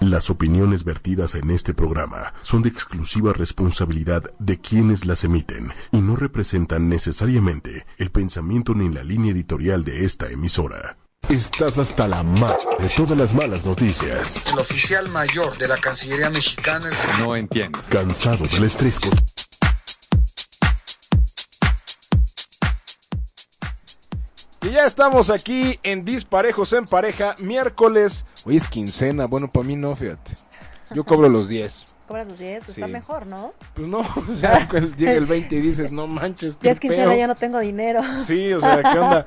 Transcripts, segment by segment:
Las opiniones vertidas en este programa son de exclusiva responsabilidad de quienes las emiten y no representan necesariamente el pensamiento ni la línea editorial de esta emisora. Estás hasta la madre de todas las malas noticias. El oficial mayor de la Cancillería Mexicana, el señor- No entiendo. Cansado del estrés. con- Y ya estamos aquí en Disparejos en Pareja, miércoles. Hoy es quincena, bueno, para mí no, fíjate. Yo cobro los 10. Cobras los 10, pues Sí. está mejor, ¿no? Pues no, o sea, cuando llega el 20 y dices, no manches, qué Ya es quincena, pedo. ya no tengo dinero. Sí, o sea, ¿qué onda?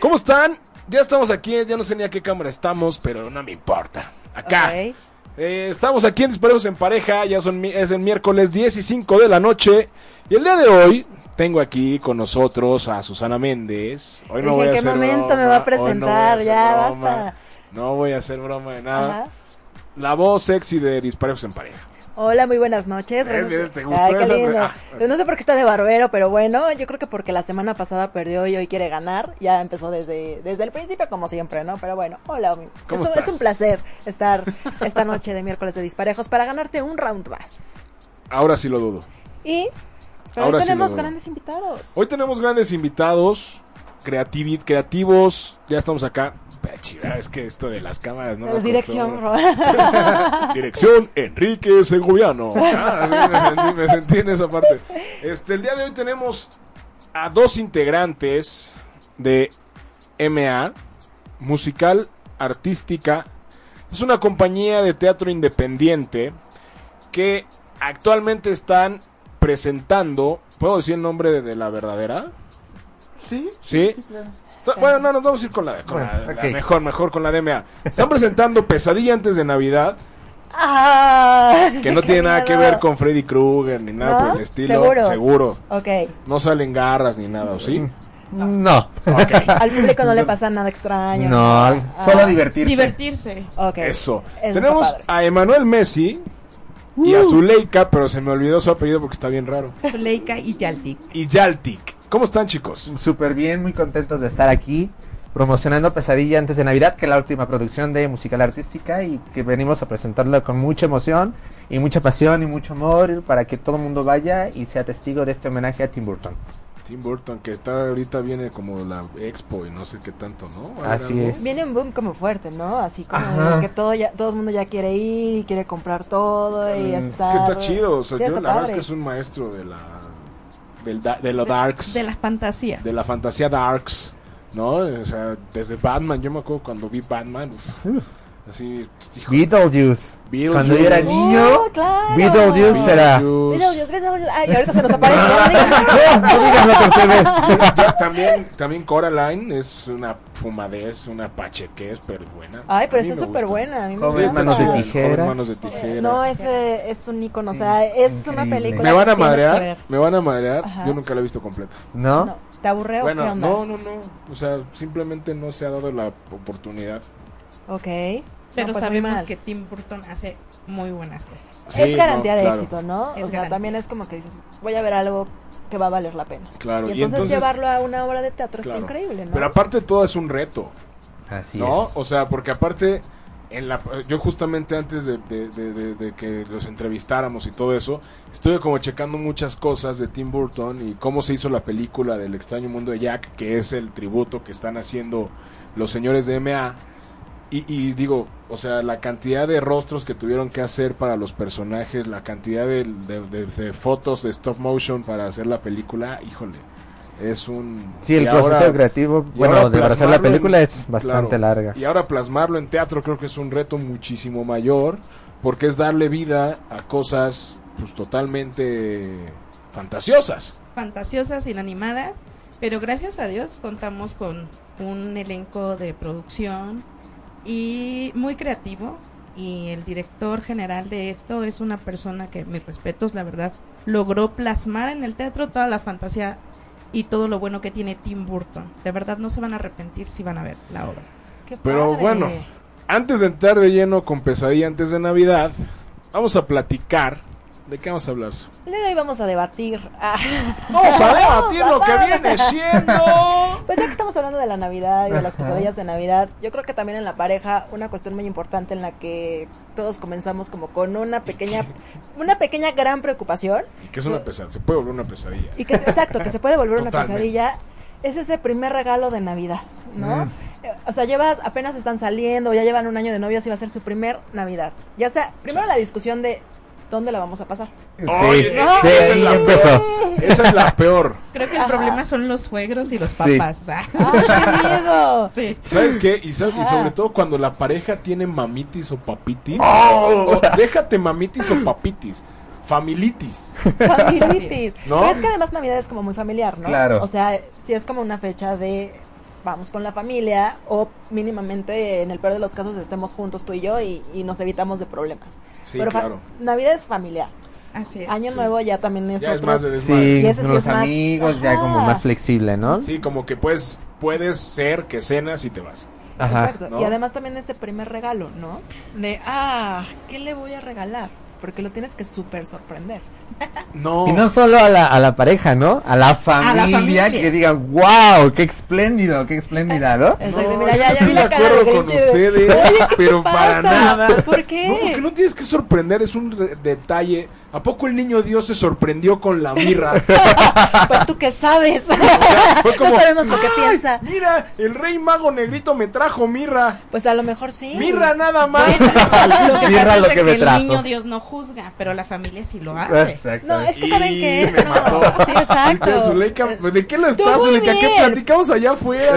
¿Cómo están? Ya estamos aquí, ya no sé ni a qué cámara estamos, pero no me importa. Acá. Ok. Eh, estamos aquí en Disparejos en Pareja, ya son, mi- es el miércoles 10 y 5 de la noche. Y el día de hoy tengo aquí con nosotros a Susana Méndez. Hoy no Dije, voy a ¿en qué hacer momento broma, me va a hoy no voy presentar? hacer Ya, broma, basta. No voy a hacer broma de nada. Ajá. La voz sexy de Disparejos en Pareja. Hola, muy buenas noches. Eh, gracias- ¿te gustó Ay, qué esa? lindo. Ah. Yo No sé por qué está de barbero, pero bueno, yo creo que porque la semana pasada perdió y hoy quiere ganar. Ya empezó desde, desde el principio, como siempre, ¿no? Pero bueno, hola. Omi. ¿Cómo es, un- estás? es un placer estar esta noche de miércoles de disparejos para ganarte un round más. Ahora sí lo dudo. Y pero Ahora hoy sí tenemos lo veo. grandes invitados. Hoy tenemos grandes invitados, creativi- creativos, ya estamos acá. Pachira, Es que esto de las cámaras no me Eh, Dirección, acostumbro. Ro- Dirección Enrique Segoviano. Ah, sí, me, sentí, me sentí en esa parte. Este, el día de hoy tenemos a dos integrantes de MA, Musical Artística. Es una compañía de teatro independiente que actualmente están presentando. ¿Puedo decir el nombre de, de la verdadera? Sí. ¿Sí? Está- bueno, no, nos vamos a ir con la, con la- Bueno, la ok. mejor, mejor con la DMA. Están presentando Pesadilla antes de Navidad. Ay, Que no qué tiene nada que miedo. ver con Freddy Krueger ni nada ¿No? por el estilo. ¿Seguros? Seguro. Ok. No salen garras ni nada, ¿o sí? No, Al público no le pasa nada extraño. no, Ah, solo divertirse. Divertirse. ok. Eso. está Tenemos padre. a Emanuel Messi y a Zuleika, pero se me olvidó su apellido porque está bien raro. Zuleika y Yaltik. Y Yaltik. ¿Cómo están, chicos? Súper bien, muy contentos de estar aquí promocionando Pesadilla antes de Navidad, que es la última producción de musical artística y que venimos a presentarla con mucha emoción y mucha pasión y mucho amor para que todo el mundo vaya y sea testigo de este homenaje a Tim Burton. Tim Burton, que está ahorita viene como la expo y no sé qué tanto, ¿no? ¿Va a haber Así algo? es. Viene un boom como fuerte, ¿no? Así como Ajá. que todo ya, todo el mundo ya quiere ir y quiere comprar todo y Mm, Es está. que está chido. O sea, Sí, yo está la verdad es padre. que es un maestro de la. del da- de los darks. De la fantasía. de la fantasía darks, ¿no? O sea, desde Batman, yo me acuerdo cuando vi Batman, uf, así, hijo, Beetlejuice. Beetlejuice. Cuando yo era Oh, niño, claro. Beetlejuice era... Beetlejuice. Beetlejuice, Beetlejuice. Ay, ahorita se nos aparece. no digas. No digas la tercera vez. Ya También, también Coraline es una fumadez, una pachequez, pero buena. Ay, pero A mí está me súper gusta. buena. a mí me Joven gusta. manos de Joven tijera. manos de tijera. Mm, No, ese es un icono, o sea, es una Increíble. película. me van a que tienes que madrear, ver. me van a madrear. Ajá. Yo nunca la he visto completa. ¿No? No, ¿Te aburre o qué Bueno, onda? no, no, no. O sea, simplemente no se ha dado la oportunidad. Ok. No, pues, Pero muy sabemos mal. que Tim Burton hace muy buenas cosas. Sí, es garantía no, de claro, éxito, ¿no? Es o sea, garantía. también es como que dices, voy a ver algo que va a valer la pena. Claro, y, entonces llevarlo a una obra de teatro claro. está increíble, ¿no? Pero aparte todo es un reto. Así ¿No? es. O sea, porque aparte, en la, yo justamente antes de, de- de- de- de que los entrevistáramos y todo eso, estuve como checando muchas cosas de Tim Burton y cómo se hizo la película del extraño mundo de Jack, que es el tributo que están haciendo los señores de MA. Y, y digo, o sea, la cantidad de rostros que tuvieron que hacer para los personajes, la cantidad de, de- de- de fotos de stop motion para hacer la película, híjole, es un... Sí, el y proceso ahora- creativo, y ahora bueno, de hacer la plasmarlo en- película es bastante claro, larga. Y ahora plasmarlo en teatro creo que es un reto muchísimo mayor, porque es darle vida a cosas pues totalmente fantasiosas. Fantasiosas, inanimadas. Pero gracias a Dios contamos con un elenco de producción y muy creativo. Y el director general de esto es una persona que, mis respetos, la verdad, logró plasmar en el teatro toda la fantasía y todo lo bueno que tiene Tim Burton. De verdad, no se van a arrepentir si van a ver la obra. Qué Pero padre. bueno, antes de entrar de lleno con pesadilla antes de Navidad, vamos a platicar ¿De qué vamos a hablar? El día de hoy vamos a debatir. Ah. Vamos a debatir lo que vamos. viene siendo. Pues ya que estamos hablando de la Navidad y de las pesadillas de Navidad, yo creo que también en la pareja una cuestión muy importante en la que todos comenzamos como con una pequeña, una pequeña gran preocupación Y que es una pesadilla. Se puede volver una pesadilla. y que es exacto, que se puede volver una Totalmente. pesadilla, es ese primer regalo de Navidad, ¿no? Mm. Eh, O sea, llevas, apenas están saliendo, ya llevan un año de novios y va a ser su primer Navidad. Ya sea, primero la discusión de dónde la vamos a pasar. Oye, sí, Eh, esa de es ahí la empezó. Esa es la peor. Creo que el problema son los suegros y los Sí. papás. ah. ¡Ay, qué miedo! Sí. ¿Sabes qué? Y, sab- y Ajá. sobre todo cuando la pareja tiene mamitis o papitis. O déjate mamitis o papitis. Familitis. Familitis. ¿No? Pero es que además Navidad es como muy familiar, ¿no? Claro. O sea, si es como una fecha de vamos con la familia o mínimamente en el peor de los casos estemos juntos tú y yo y, y nos evitamos de problemas. Sí, Pero fa- claro. Navidad es familiar. Así es. Año Nuevo ya también es Ya es otro. más de desmadre. Y Sí, ese sí con los es más- amigos, ya como Ajá. más flexible, ¿no? Sí, como que puedes, puedes ser que cenas y te vas. Ajá. Exacto. ¿no? Y además también ese primer regalo, ¿no? De, ah, ¿qué le voy a regalar? Porque lo tienes que súper sorprender. No. Y no solo a la, a la pareja, ¿no? A la familia, familia. que digan, wow, qué espléndido, qué espléndida, ¿no? Exacto. No, Mira, yo ya, no ya vi estoy la de cara de acuerdo con Grinch. ustedes, pero para pasa? nada. ¿Por qué? No, porque no tienes que sorprender, es un re- detalle. ¿A poco el niño Dios se sorprendió con la mirra? Pues tú qué sabes. Fue como, no sabemos lo que "Ay, piensa. Mira, el rey mago negrito me trajo mirra. Pues a lo mejor sí. Pues Mirra nada más. Lo que Mira pasa lo es que que me el trajo. eh. niño Dios no juzga, pero la familia sí lo hace. Pues, Exacto. Ah, No, es que Y saben que. me No, mató. sí, exacto. Viste, Zuleika, pues, ¿De qué lo Tú estás, muy Zuleika? ¿Qué bien. platicamos allá afuera?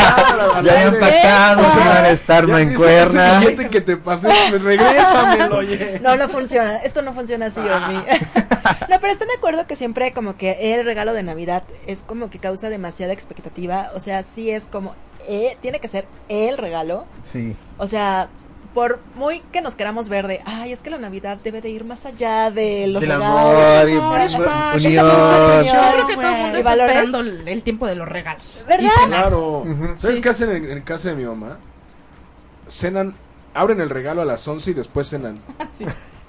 Ah, al Ya aire. empacado, Venga. se van a estar Ya dice, ese mancuerna. billete que te pasé, pues, me- regrésamelo, oye. No, no funciona. Esto no funciona así, Ah. Ormi. No, pero están de acuerdo que siempre como que el regalo de Navidad es como que causa demasiada expectativa. O sea, sí es como, eh, tiene que ser el regalo. Sí. O sea, por muy que nos queramos ver de, ay, es que la Navidad debe de ir más allá de los Del regalos. amor, y amor, bu- espacio, unión. Sí, Yo creo que todo el güey. mundo ¿Y está valores? esperando el, el tiempo de los regalos. ¿Verdad? Y cenar. Claro. Ujú. ¿Sabes Sí. qué hacen en, en casa de mi mamá? Cenan, abren el regalo a las 11 y después cenan.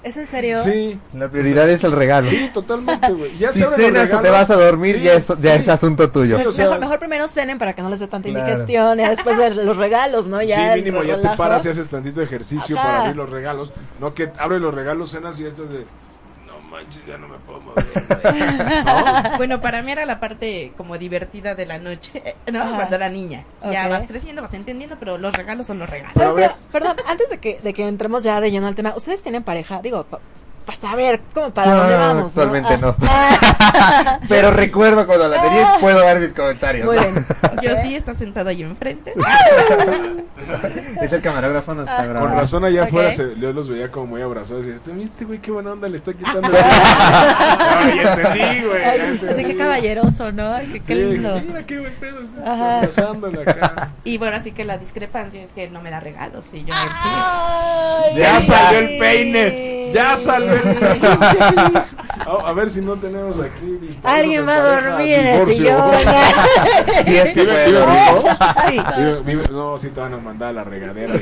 ¿Es en serio? Sí, La prioridad es el regalo. sí, totalmente, güey. Ya Si se abren los cenas o te regalos. vas a dormir, Sí, ya, es, ya sí. es asunto tuyo. Sí, Pues o sea- mejor, mejor primero cenen para que no les dé tanta Claro. indigestión, ya después de los regalos, ¿no? Sí, Ya el mínimo, ya te relajo. paras y haces tantito ejercicio Ajá. para abrir los regalos. No que abres los regalos, cenas y estás de... No manches, ya no me puedo mover, güey". ¿No? Bueno, para mí era la parte como divertida de la noche, eh, ¿no? Ajá. Cuando era niña. Ya Ok. vas creciendo, vas entendiendo, pero los regalos son los regalos. Oye, a pero, ver. perdón, antes de que, de que entremos ya de lleno al tema, ¿ustedes tienen pareja? Digo, para saber, como para dónde No, vamos. ¿no? actualmente Ah, no. ah, Pero recuerdo cuando la tenía y puedo dar mis comentarios. muy ¿no? bien. Yo sí, está sentado ahí enfrente. Es el camarógrafo, no Ah. está Con grabando. razón allá Ok. afuera se, yo los veía como muy abrazados y este, viste güey, qué buena onda le está quitando. el Ay, entendí, güey. ya Ay, entendí. Así que caballeroso, ¿no? Ay, qué, qué Sí, lindo. Mira qué buen pedo está Ajá. abrazándola acá. Y bueno, así que la discrepancia es que no me da regalos. Y yo, sí. Ay. Ya salió el peine. Ya salió el peine. Oh, A, a ver si no tenemos aquí. disparos Alguien de va a pareja, dormir en el divorcio. sillón. Oh, Sí, es que Vive- vive puedo. rico. Ay, Vive- vive- No, sí te van a mandar a la regadera.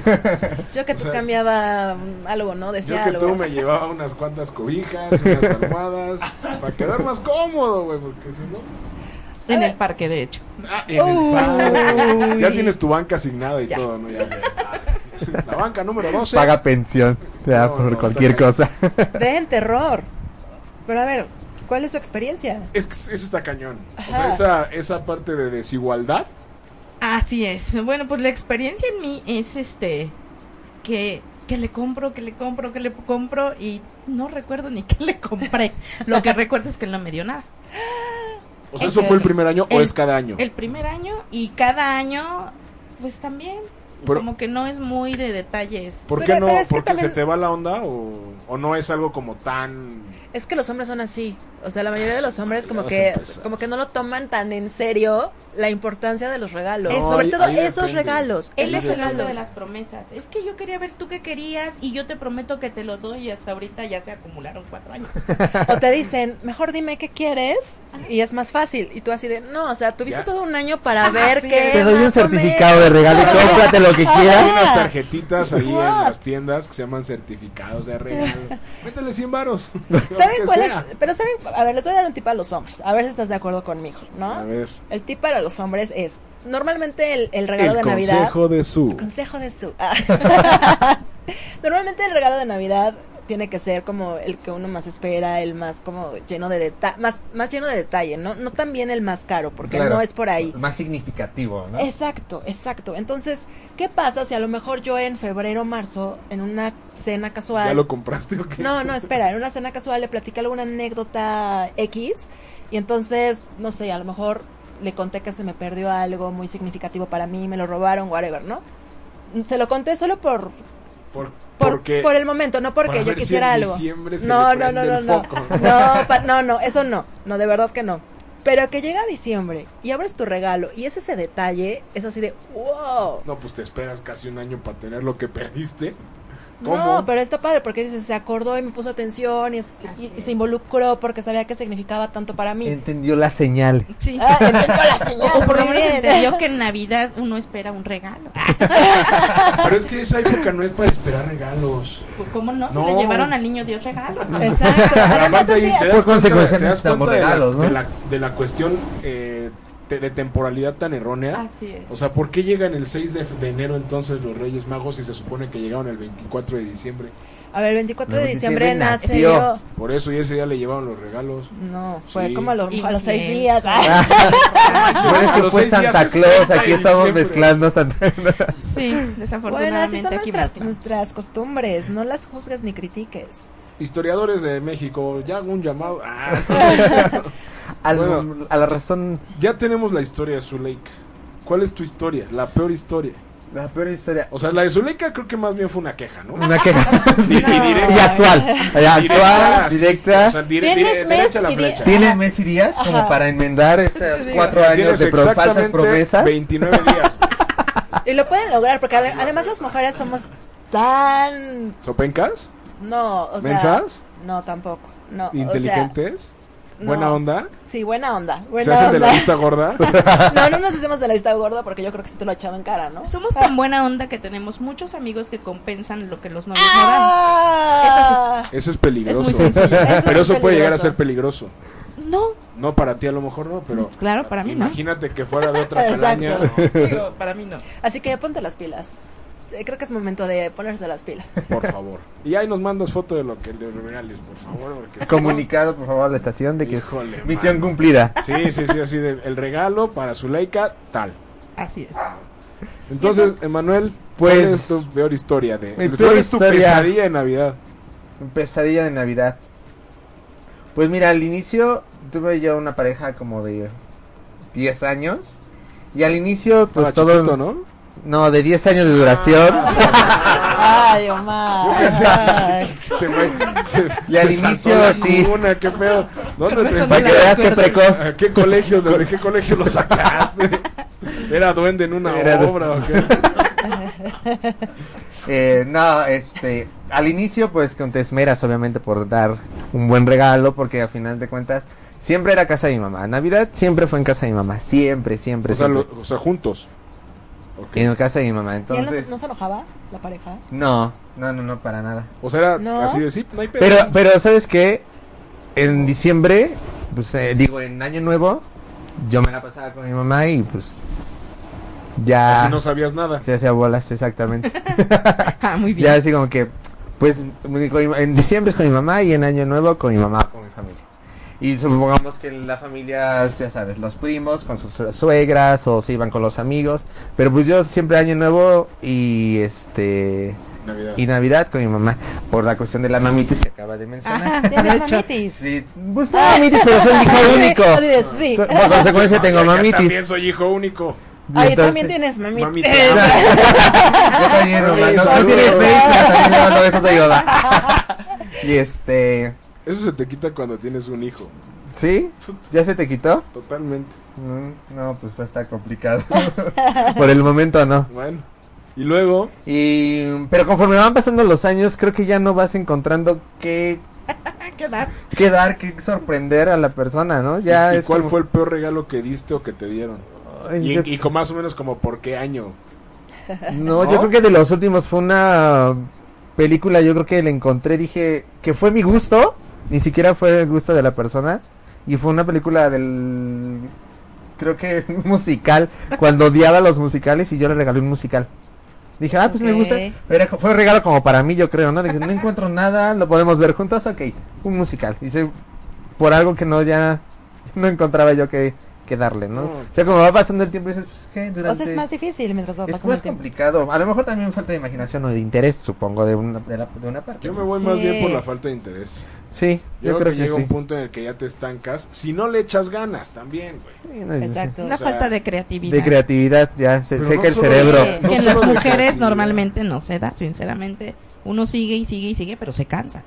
Yo que tú sea, cambiaba mm, algo, ¿no? Yo Decía que algo. tú me llevaba unas cuantas cobijas, unas almohadas, para quedar más cómodo, güey, porque si no. En el parque, de hecho. Ah, en el padre. Ya tienes tu banca asignada y todo, ¿no? Ya, ya. La banca número 12. Paga pensión. Ya, No, por no, cualquier está cosa. Den terror. Pero a ver, ¿cuál es su experiencia? Es que eso está cañón. O sea, Ajá. esa, esa parte de desigualdad. Así es. Bueno, pues la experiencia en mí es este que que le compro, que le compro, que le compro y no recuerdo ni qué le compré. Lo que recuerdo es que él no me dio nada. O sea, Es ¿eso que- fue el primer año o el- es cada año? El primer año y cada año pues también Pero- como que no es muy de detalles. ¿Por Pero- qué no? pero es que ¿Porque se también- te va la onda o, o no es algo como tan... Es que los hombres son así. O O sea, la mayoría Ah, de los hombres como vas que, a empezar. como que no lo toman tan en serio la importancia de los regalos. No, Sobre ahí- todo ahí esos depende. regalos. Él Él Ahí es es el depende. hombre de regalos. las promesas. Es que yo quería ver tú qué querías y yo te prometo que te lo doy y hasta ahorita ya se acumularon cuatro años. O te dicen, mejor dime qué quieres y es más fácil. Y tú así de, no, o sea, tuviste Ya. todo un año para ver qué. Te doy un más o menos". certificado de regalo y cómprate lo que Hay quieras. unas tarjetitas ahí en What? las tiendas que se llaman certificados de regalo. Métele 100 varos. ¿Saben Aunque cuál es? sea. Pero saben, a ver, les voy a dar un tip a los hombres. A ver si estás de acuerdo conmigo, ¿no? A ver. El tip para los hombres es, normalmente el, el regalo El de Navidad... consejo de su. Consejo de su. Ah. Normalmente el regalo de Navidad tiene que ser como el que uno más espera, el más como lleno de detalle, más, más lleno de detalle, ¿no? No también el más caro, porque Claro. no es por ahí. Más significativo, ¿no? Exacto, exacto. Entonces, ¿qué pasa si a lo mejor yo en febrero, marzo, en una cena casual... ¿Ya lo compraste o qué? No, no, espera, en una cena casual le platicé alguna anécdota X y entonces, no sé, a lo mejor le conté que se me perdió algo muy significativo para mí, me lo robaron, whatever, ¿no? Se lo conté solo por, Por, por, porque, por el momento, no porque para yo ver si quisiera en algo. diciembre se No, le no, no, prende no, el no. foco. No, pa- no, no, eso no. No, de verdad que no. Pero que llega diciembre y abres tu regalo y es ese detalle, es así de wow. No, pues te esperas casi un año para tener lo que perdiste. ¿Cómo? No, pero está padre porque dices, se acordó y me puso atención y, es- y- Así y es. se involucró porque sabía que significaba tanto para mí. Entendió la señal. Sí. Ah, entiendo la señal, o, o por lo muy menos bien. entendió que en Navidad uno espera un regalo. Ah, Pero es que esa época no es para esperar regalos. pues, ¿Cómo no? Se No. le llevaron al niño Dios regalos. Exacto. Además, ahí así, te Por das cuenta, consecuencia te das necesitamos cuenta de, la, regalos, ¿no? de, la, de la cuestión eh, te- de temporalidad tan errónea. Ah, Así es. O sea, ¿por qué llegan el 6 de, de enero entonces los Reyes Magos si se supone que llegaron el 24 de diciembre? a ver, el 24 de No, diciembre diciembre nace nació. yo. Por eso y ese día le llevaron los regalos. No, fue Sí. como a los, a los seis Incienso. días. Bueno, es A que los fue seis días Santa es Claus, 30 aquí de estamos diciembre. mezclando Santa Sí, Bueno, desafortunadamente así son aquí nuestras, mezclamos. nuestras costumbres. No las juzgues ni critiques. Historiadores de México, ya hago un llamado. Ah. Al- Bueno. A la razón, ya tenemos la historia de Zuleika. ¿Cuál es tu historia? La peor historia. la peor historia. O sea, la de Zuleika creo que más bien fue una queja, ¿no? Una queja. Sí. No. Y actual. Y O Actual, sea, directa. dire- Tienes dire- derecha a la mes y di- flecha. Tienes mes y días como Ajá. para enmendar esas Sí. cuatro años Tienes de pro- falsas promesas. 29 días. Y lo pueden lograr porque ade- además las mujeres somos tan... ¿Sopencas? No, o sea... ¿Mensas? No, tampoco. No, ¿Inteligentes? o sea, ¿Buena no. onda? Sí, buena onda. Buena ¿Se hacen de la onda. vista gorda? No, no nos hacemos de la vista gorda porque yo creo que sí te lo ha echado en cara, ¿no? Ah, Somos tan buena onda que tenemos muchos amigos que compensan lo que los novios no dan. ¡Ah! Eso es peligroso. Es muy sencillo. Eso es pero eso muy puede llegar a peligroso. ser peligroso. No, No, para ti a lo mejor no, pero... claro, para mí no. Imagínate que fuera de otra Exacto. calaña. Digo, para mí no. Así que ponte las pilas. Eh, Creo que es momento de ponerse las pilas. Por favor. Y ahí nos mandas foto de lo que le regales, por favor. Porque si Comunicado, por favor, a la estación de que Híjole, misión mano. cumplida. no- Sí, sí, sí, así de... El regalo para Zuleika, tal. Así es. Entonces, Emanuel, pues, ¿cuál Pues- es tu peor historia? De, Mi ¿Cuál peor es tu historia- pesadilla de Navidad? Pesadilla de Navidad. Pues mira, al inicio tuve yo una pareja como de 10 años. Y al inicio, pues Estaba todo. Ah, chiquito, ¿no? No, de 10 años de duración. Ah, Ay, Omar. Ay. Este güey se- Y al se saltó inicio, la sí. cuna, qué pedo. ¿Dónde Con te razón Para que veas qué precoz. ¿A qué colegio, de qué colegio lo sacaste? Era duende en una Era du- obra, ¿o qué? Eh, no, este, al inicio pues con te esmeras obviamente por dar un buen regalo porque al final de cuentas siempre era casa de mi mamá. Navidad siempre fue en casa de mi mamá, siempre, siempre, O sea, siempre. lo- o sea, juntos. Ok. En casa de mi mamá, ¿Y él no se- entonces. no se enojaba la pareja? No, no, no, no, para nada. O sea, era No. así de sí, no hay pedo. Pero, pero sabes qué, en diciembre, pues eh, digo en Año Nuevo, yo me la pasaba con mi mamá y pues ya Así no sabías nada. se hacía bolas exactamente. Ah, muy Ya bien. así como que, pues, me dijo, en diciembre es con mi mamá y en Año Nuevo con mi mamá, con mi familia. Y supongamos que la familia, ya sabes, los primos con sus suegras o se iban con los amigos. Pero pues yo siempre Año Nuevo y este Navidad. y Navidad con mi mamá. Por la cuestión de la mamitis que acaba de mencionar. ¿Tienes mamitis? Sí, pues no mamitis, pero soy hijo único. Así de, sí. So- Por consecuencia tengo Yo Ah, También mamitis. soy hijo único. Y Ay, también entonces- tienes Mami, mamitis. te amo. Yo también, Román, no, saludos. no tienes Facebook, también le mando besos a mi mamá. Y este. Eso se te quita cuando tienes un hijo. ¿Sí? ¿Ya se te quitó? Totalmente. Mm, No, pues va a estar complicado. Por el momento no. Bueno. Y luego, Y, pero conforme van pasando los años, creo que ya no vas encontrando qué, Quedar. qué dar, qué sorprender a la persona, ¿no? Ya ¿y es cuál como- fue el peor regalo que diste o que te dieron? Ay, Y, yo- y con más o menos como por qué año. No, ¿No? yo creo que de los últimos fue una película, yo creo que la encontré, dije que fue mi gusto, ni siquiera fue el gusto de la persona, y fue una película del, creo que musical, cuando odiaba los musicales y yo le regalé un musical. Dije, ah, pues me Ok. gusta. Era, co- fue un regalo como para mí, yo creo, ¿no? Dije, no encuentro nada, lo podemos ver juntos, ok, un musical. Hice por algo que no ya no encontraba yo que, que darle, ¿no? No. O sea, como va pasando el tiempo, dices, pues, ¿qué? O sea, es Durante- más difícil mientras va es pasando más el tiempo. complicado. A lo mejor también falta de imaginación o de interés, supongo, de una, de la- de una parte. Yo me voy más Sí. bien por la falta de interés. Sí, Yo, yo, creo que, que, llega sí. un punto en el que ya te estancas. Si no le echas ganas también, güey. Sí, no, Exacto. Una O sea, falta de sí. creatividad. De creatividad, ya se- Pero no seca el solo- cerebro. Que- No que en solo las de mujeres creatividad. normalmente no se da, sinceramente. Uno sigue y sigue y sigue, pero se cansa.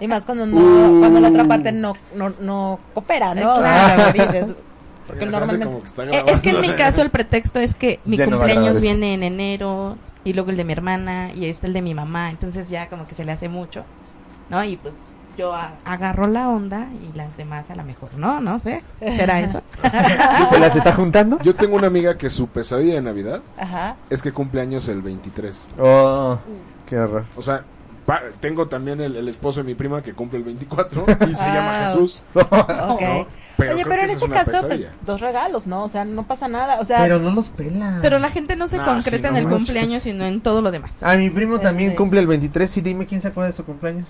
Y más cuando no, cuando la otra parte no, no, no coopera, ¿no? O sea, Claro. dices, porque Se hace normalmente. como que está Eh, Es que en mi grabando. caso el pretexto es que mi Ya no va a grabar cumpleaños eso. viene en enero y luego el de mi hermana y este el de mi mamá, entonces ya como que se le hace mucho, ¿no? Y pues yo a- agarro la onda y las demás a lo mejor no, no sé, será eso. ¿Se las está juntando? Yo tengo una amiga que su pesadilla de Navidad Ajá. es que cumple años el 23. Oh, qué horror. O sea, pa- tengo también el, el esposo de mi prima que cumple el 24 y se llama Ouch. Jesús. Ah, Ok. No, pero Oye, creo pero que en esa este es una caso, pues pesadilla. dos regalos, ¿no? O sea, no pasa nada. O sea, Pero no los pela. Pero la gente no se Nah, sí, concreta no en el manches. cumpleaños sino en todo lo demás. A Ah, mi primo Eso también sí. cumple el 23 y dime quién se acuerda de su cumpleaños.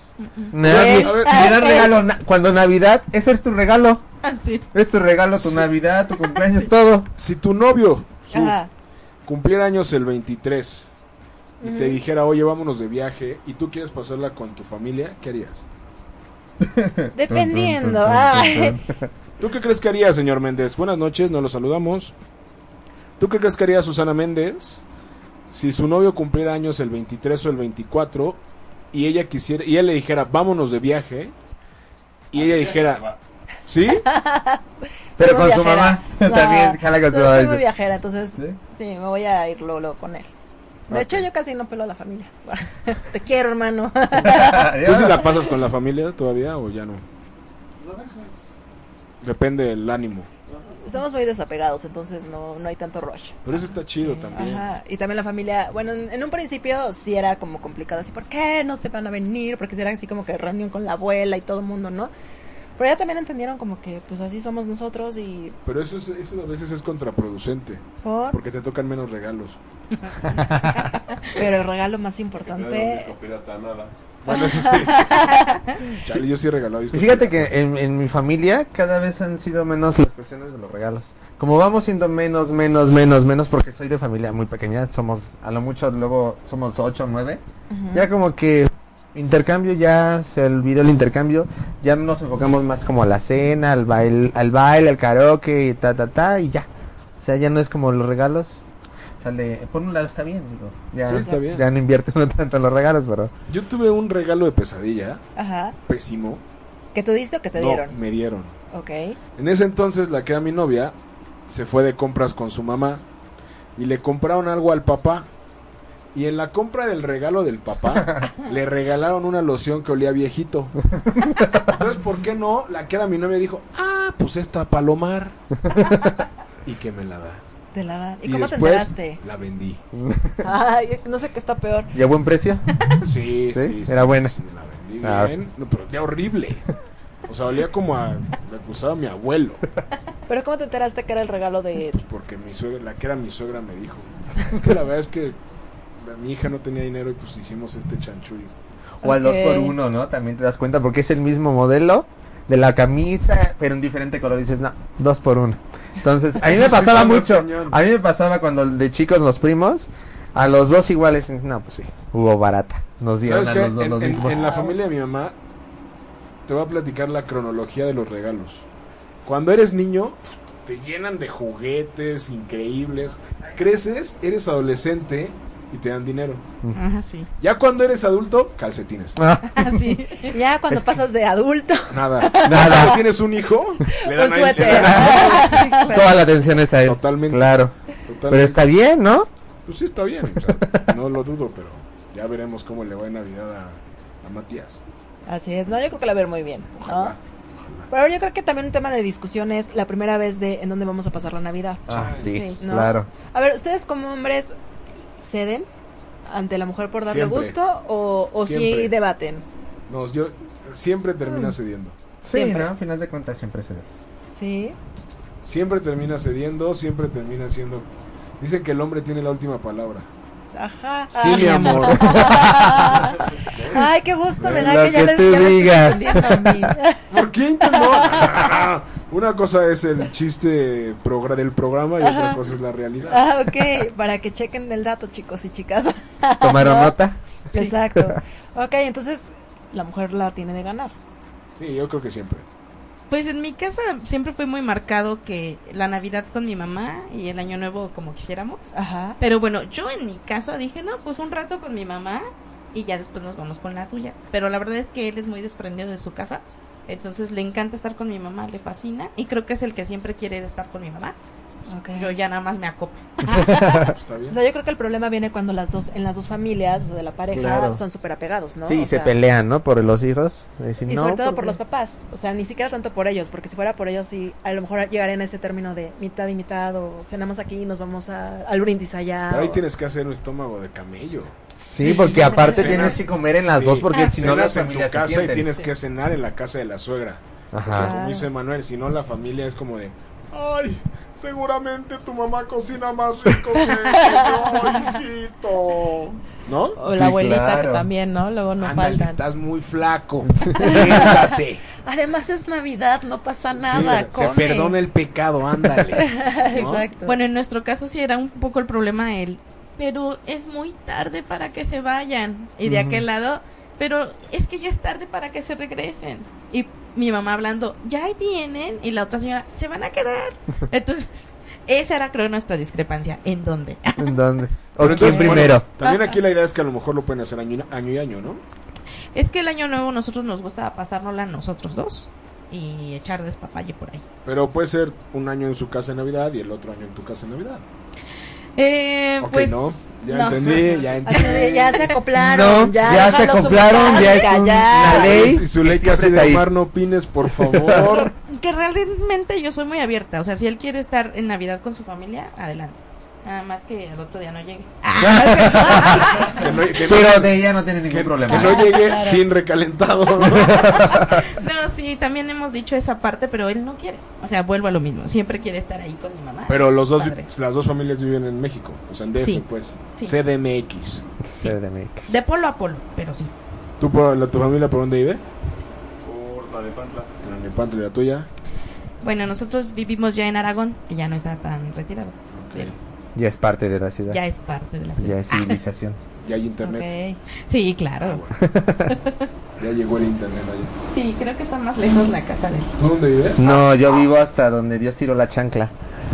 Nadie. Nadie. A ver. Me dan regalo na- cuando Navidad, ese es tu regalo. Sí. Es tu regalo, tu Navidad, tu cumpleaños, todo. Si tu novio su- ajá. cumpliera años el 23 y te dijera, oye, vámonos de viaje y tú quieres pasarla con tu familia, ¿qué harías? Dependiendo. Ay. ¿Tú qué crees que harías, señor Méndez? Buenas noches, nos lo saludamos. ¿Tú qué crees que haría Susana Méndez si su novio cumpliera años el 23 o el 24 y ella quisiera y él le dijera, "Vámonos de viaje"? Y ella dijera, "¿Sí? Pero Soy muy con su viajera. mamá. También jala con su soy, mamá, soy dice. muy viajera, entonces ¿Sí? ¿Sí? me voy a ir luego, luego con él. De Ok. hecho, yo casi no pelo a la familia. Te quiero, hermano. ¿Tú sí la pasas con la familia todavía o ya no?" Depende del ánimo. Somos muy desapegados, entonces no, no hay tanto rush. Pero eso está chido también. Ajá, y también la familia, bueno, en, en un principio sí era como complicado, así, ¿por qué no se van a venir? Porque era así como que reunión con la abuela y todo el mundo, ¿no? Pero ya también entendieron como que, pues así somos nosotros y Pero eso, es- eso a veces es contraproducente, por... porque te tocan menos regalos. Pero el regalo más importante... Bueno, eso sí. Chale, yo sí he regalado Y discos fíjate piratas. que en, en mi familia cada vez han sido menos las cuestiones de los regalos. Como vamos siendo menos, menos, menos, menos, porque soy de familia muy pequeña, somos a lo mucho luego somos ocho, nueve. Ujú. Ya como que intercambio ya se olvidó el intercambio, ya nos enfocamos más como a la cena, al baile, al baile, al karaoke, y ta, ta, ta y ya. O sea, ya no es como los regalos. Sale, por un lado está bien, digo. Ya, Sí, está bien. ya no invierten tanto en los regalos, pero Yo tuve un regalo de pesadilla, Ajá. pésimo. ¿Que tú diste o que te No, dieron? me dieron. Ok. En ese entonces la que era mi novia se fue de compras con su mamá y le compraron algo al papá. Y en la compra del regalo del papá le regalaron una loción que olía viejito. Entonces, ¿por qué no? La que era mi novia dijo, ah, pues esta Palomar. Y que me la da. Te la dan. ¿Y, cómo te después enteraste? La vendí. Ay, no sé qué está peor. y a buen precio. Sí, ¿Sí? sí. sí, Era buena. sí, la vendí Ah. bien. No, pero olía horrible. O sea, olía como a. Me acusaba mi abuelo. Pero ¿cómo te enteraste que era el regalo de... Pues porque mi suegra, la que era mi suegra me dijo. Es que la verdad es que la- mi hija no tenía dinero y pues hicimos este chanchullo. O al Ok. 2x1, ¿no? También te das cuenta porque es el mismo modelo de la camisa, pero en diferente color. Dices, no, 2x1. Entonces, a mí Eso me sí pasaba está más mucho. cañón. A mí me pasaba cuando de chicos los primos, a los dos iguales. dices, No, pues sí, hubo barata. Nos dieron ¿Sabes a qué? los En, dos los en- mismos. en la familia de mi mamá te voy a platicar la cronología de los regalos. Cuando eres niño te llenan de juguetes increíbles. Creces, eres adolescente y te dan dinero. Ajá, sí. Ya cuando eres adulto, calcetines. Ah, Ah, Así. Ya cuando pasas de adulto, Nada. Nada. Cuando tienes un hijo, le dan un ahí- le suéter. dan ahí. Ah, Sí, claro. Toda la atención es a él. Totalmente. Claro. Pero Totalmente. está bien, ¿no? Pues sí, está bien. o sea, no lo dudo, pero ya veremos cómo le va en Navidad a, a Matías. Así es, no, yo creo que la ver muy bien, ¿no? Ojalá. Pero yo creo que también un tema de discusión es la primera vez de en dónde vamos a pasar la Navidad. Ah, sí, ¿no? claro. A ver, ¿ustedes como hombres ceden ante la mujer por darle Siempre. gusto o, o sí Siempre. debaten? No, yo siempre termina Mm. cediendo. Sí, Siempre. ¿no? Al final de cuentas siempre se ve. Sí. Siempre termina cediendo, siempre termina siendo... Dicen que el hombre tiene la última palabra. Ajá. Ah, Sí, mi amor. Ay, qué gusto me da Lo que ya que les tú ya les digas. estoy entendiendo a mí. ¿Por qué intentó? Una cosa es el chiste progra- del programa y otra cosa es la realidad. Ah, ok, para que chequen el dato, chicos y chicas. ¿Tomaron ¿No? nota? Exacto. Ok, entonces la mujer la tiene de ganar. Sí, yo creo que siempre. Pues en mi casa siempre fue muy marcado que la Navidad con mi mamá y el Año Nuevo como quisiéramos. Ajá. Pero bueno, yo en mi caso dije, no, pues un rato con mi mamá y ya después nos vamos con la tuya. Pero la verdad es que él es muy desprendido de su casa. Entonces le encanta estar con mi mamá, le fascina. Y creo que es el que siempre quiere estar con mi mamá. Okay. Yo ya nada más me acoplo. Pues está bien. O sea, yo creo que el problema viene cuando las dos, en las dos familias, o sea, de la pareja, Claro. son súper apegados, ¿no? Sí, O se sea, pelean, ¿no? Por los hijos. Dicen, Y no, pues sobre todo por porque- los papás, o sea, ni siquiera tanto por ellos, porque si fuera por ellos, sí, a lo mejor llegarían a ese término de mitad y mitad, o cenamos aquí y nos vamos a, al brindis allá. Pero ahí o- tienes que hacer un estómago de camello. Sí, porque aparte Cenas. tienes que comer Ah, en las Sí, dos Ah, porque si no las cenas en tu familias se casa y sienten. tienes que cenar en la casa de la suegra. Ajá. Claro. Como dice Manuel, si no la familia es como de, ay, seguramente tu mamá cocina más rico que yo, hijito. ¿No? O la Sí, abuelita claro. que también, ¿no? Luego no Ándale, faltan. estás muy flaco. Siéntate. Además es Navidad, no pasa Sí, nada. se come. perdona el pecado, ándale. ¿no? Exacto. Bueno, en nuestro caso sí era un poco el problema él, pero es muy tarde para que se vayan. Y de Ujú. aquel lado, pero es que ya es tarde para que se regresen. Y mi mamá hablando, ya ahí vienen, y la otra señora, se van a quedar. Entonces, esa era creo nuestra discrepancia. ¿En dónde? Ah, ¿En dónde? ¿O Pero entonces, quién bueno, primero? también aquí la idea es que a lo mejor lo pueden hacer año, año y año, ¿no? Es que el año nuevo nosotros nos gusta pasárnosla nosotros dos y echar despapalle por ahí. Pero puede ser un año en su casa en Navidad y el otro año en tu casa en Navidad. Eh, Ok, pues ¿no? Ya no. entendí, ya Así entendí. de, ya se acoplaron, No, ya, ya se déjalo acoplaron, ya es superar, un- ya. una ley. Y su ley Siempre casi de está ahí. Omar, no opines, por favor. que realmente yo soy muy abierta. O sea, si él quiere estar en Navidad con su familia, adelante. Nada más que el otro día no llegue. que no, que no- Pero de ella no tiene ningún que- problema. que no llegue sin recalentado. ¿no? No, sí, también hemos dicho esa parte, pero él no quiere. O sea, vuelvo a lo mismo. Siempre quiere estar ahí con mi mamá. Pero los dos, vi- Padre. las dos familias viven en México, o sea, en DF, Sí. pues. Sí. CDMX. CDMX. De polo a polo, pero sí. ¿Tú, por- la, ¿Tu familia por dónde vive? Por Tlanepantla. Tlanepantla, ¿y la tuya? Bueno, nosotros vivimos ya en Aragón, que ya no está tan retirado. Pero Ya es parte de la ciudad. ya es parte de la Ya ciudad. es civilización. Ya hay internet. Sí, claro. Ya llegó el internet allá. Sí, creo que está más lejos la casa de él. ¿Tú dónde vives? No, yo vivo hasta donde Dios tiró la chancla.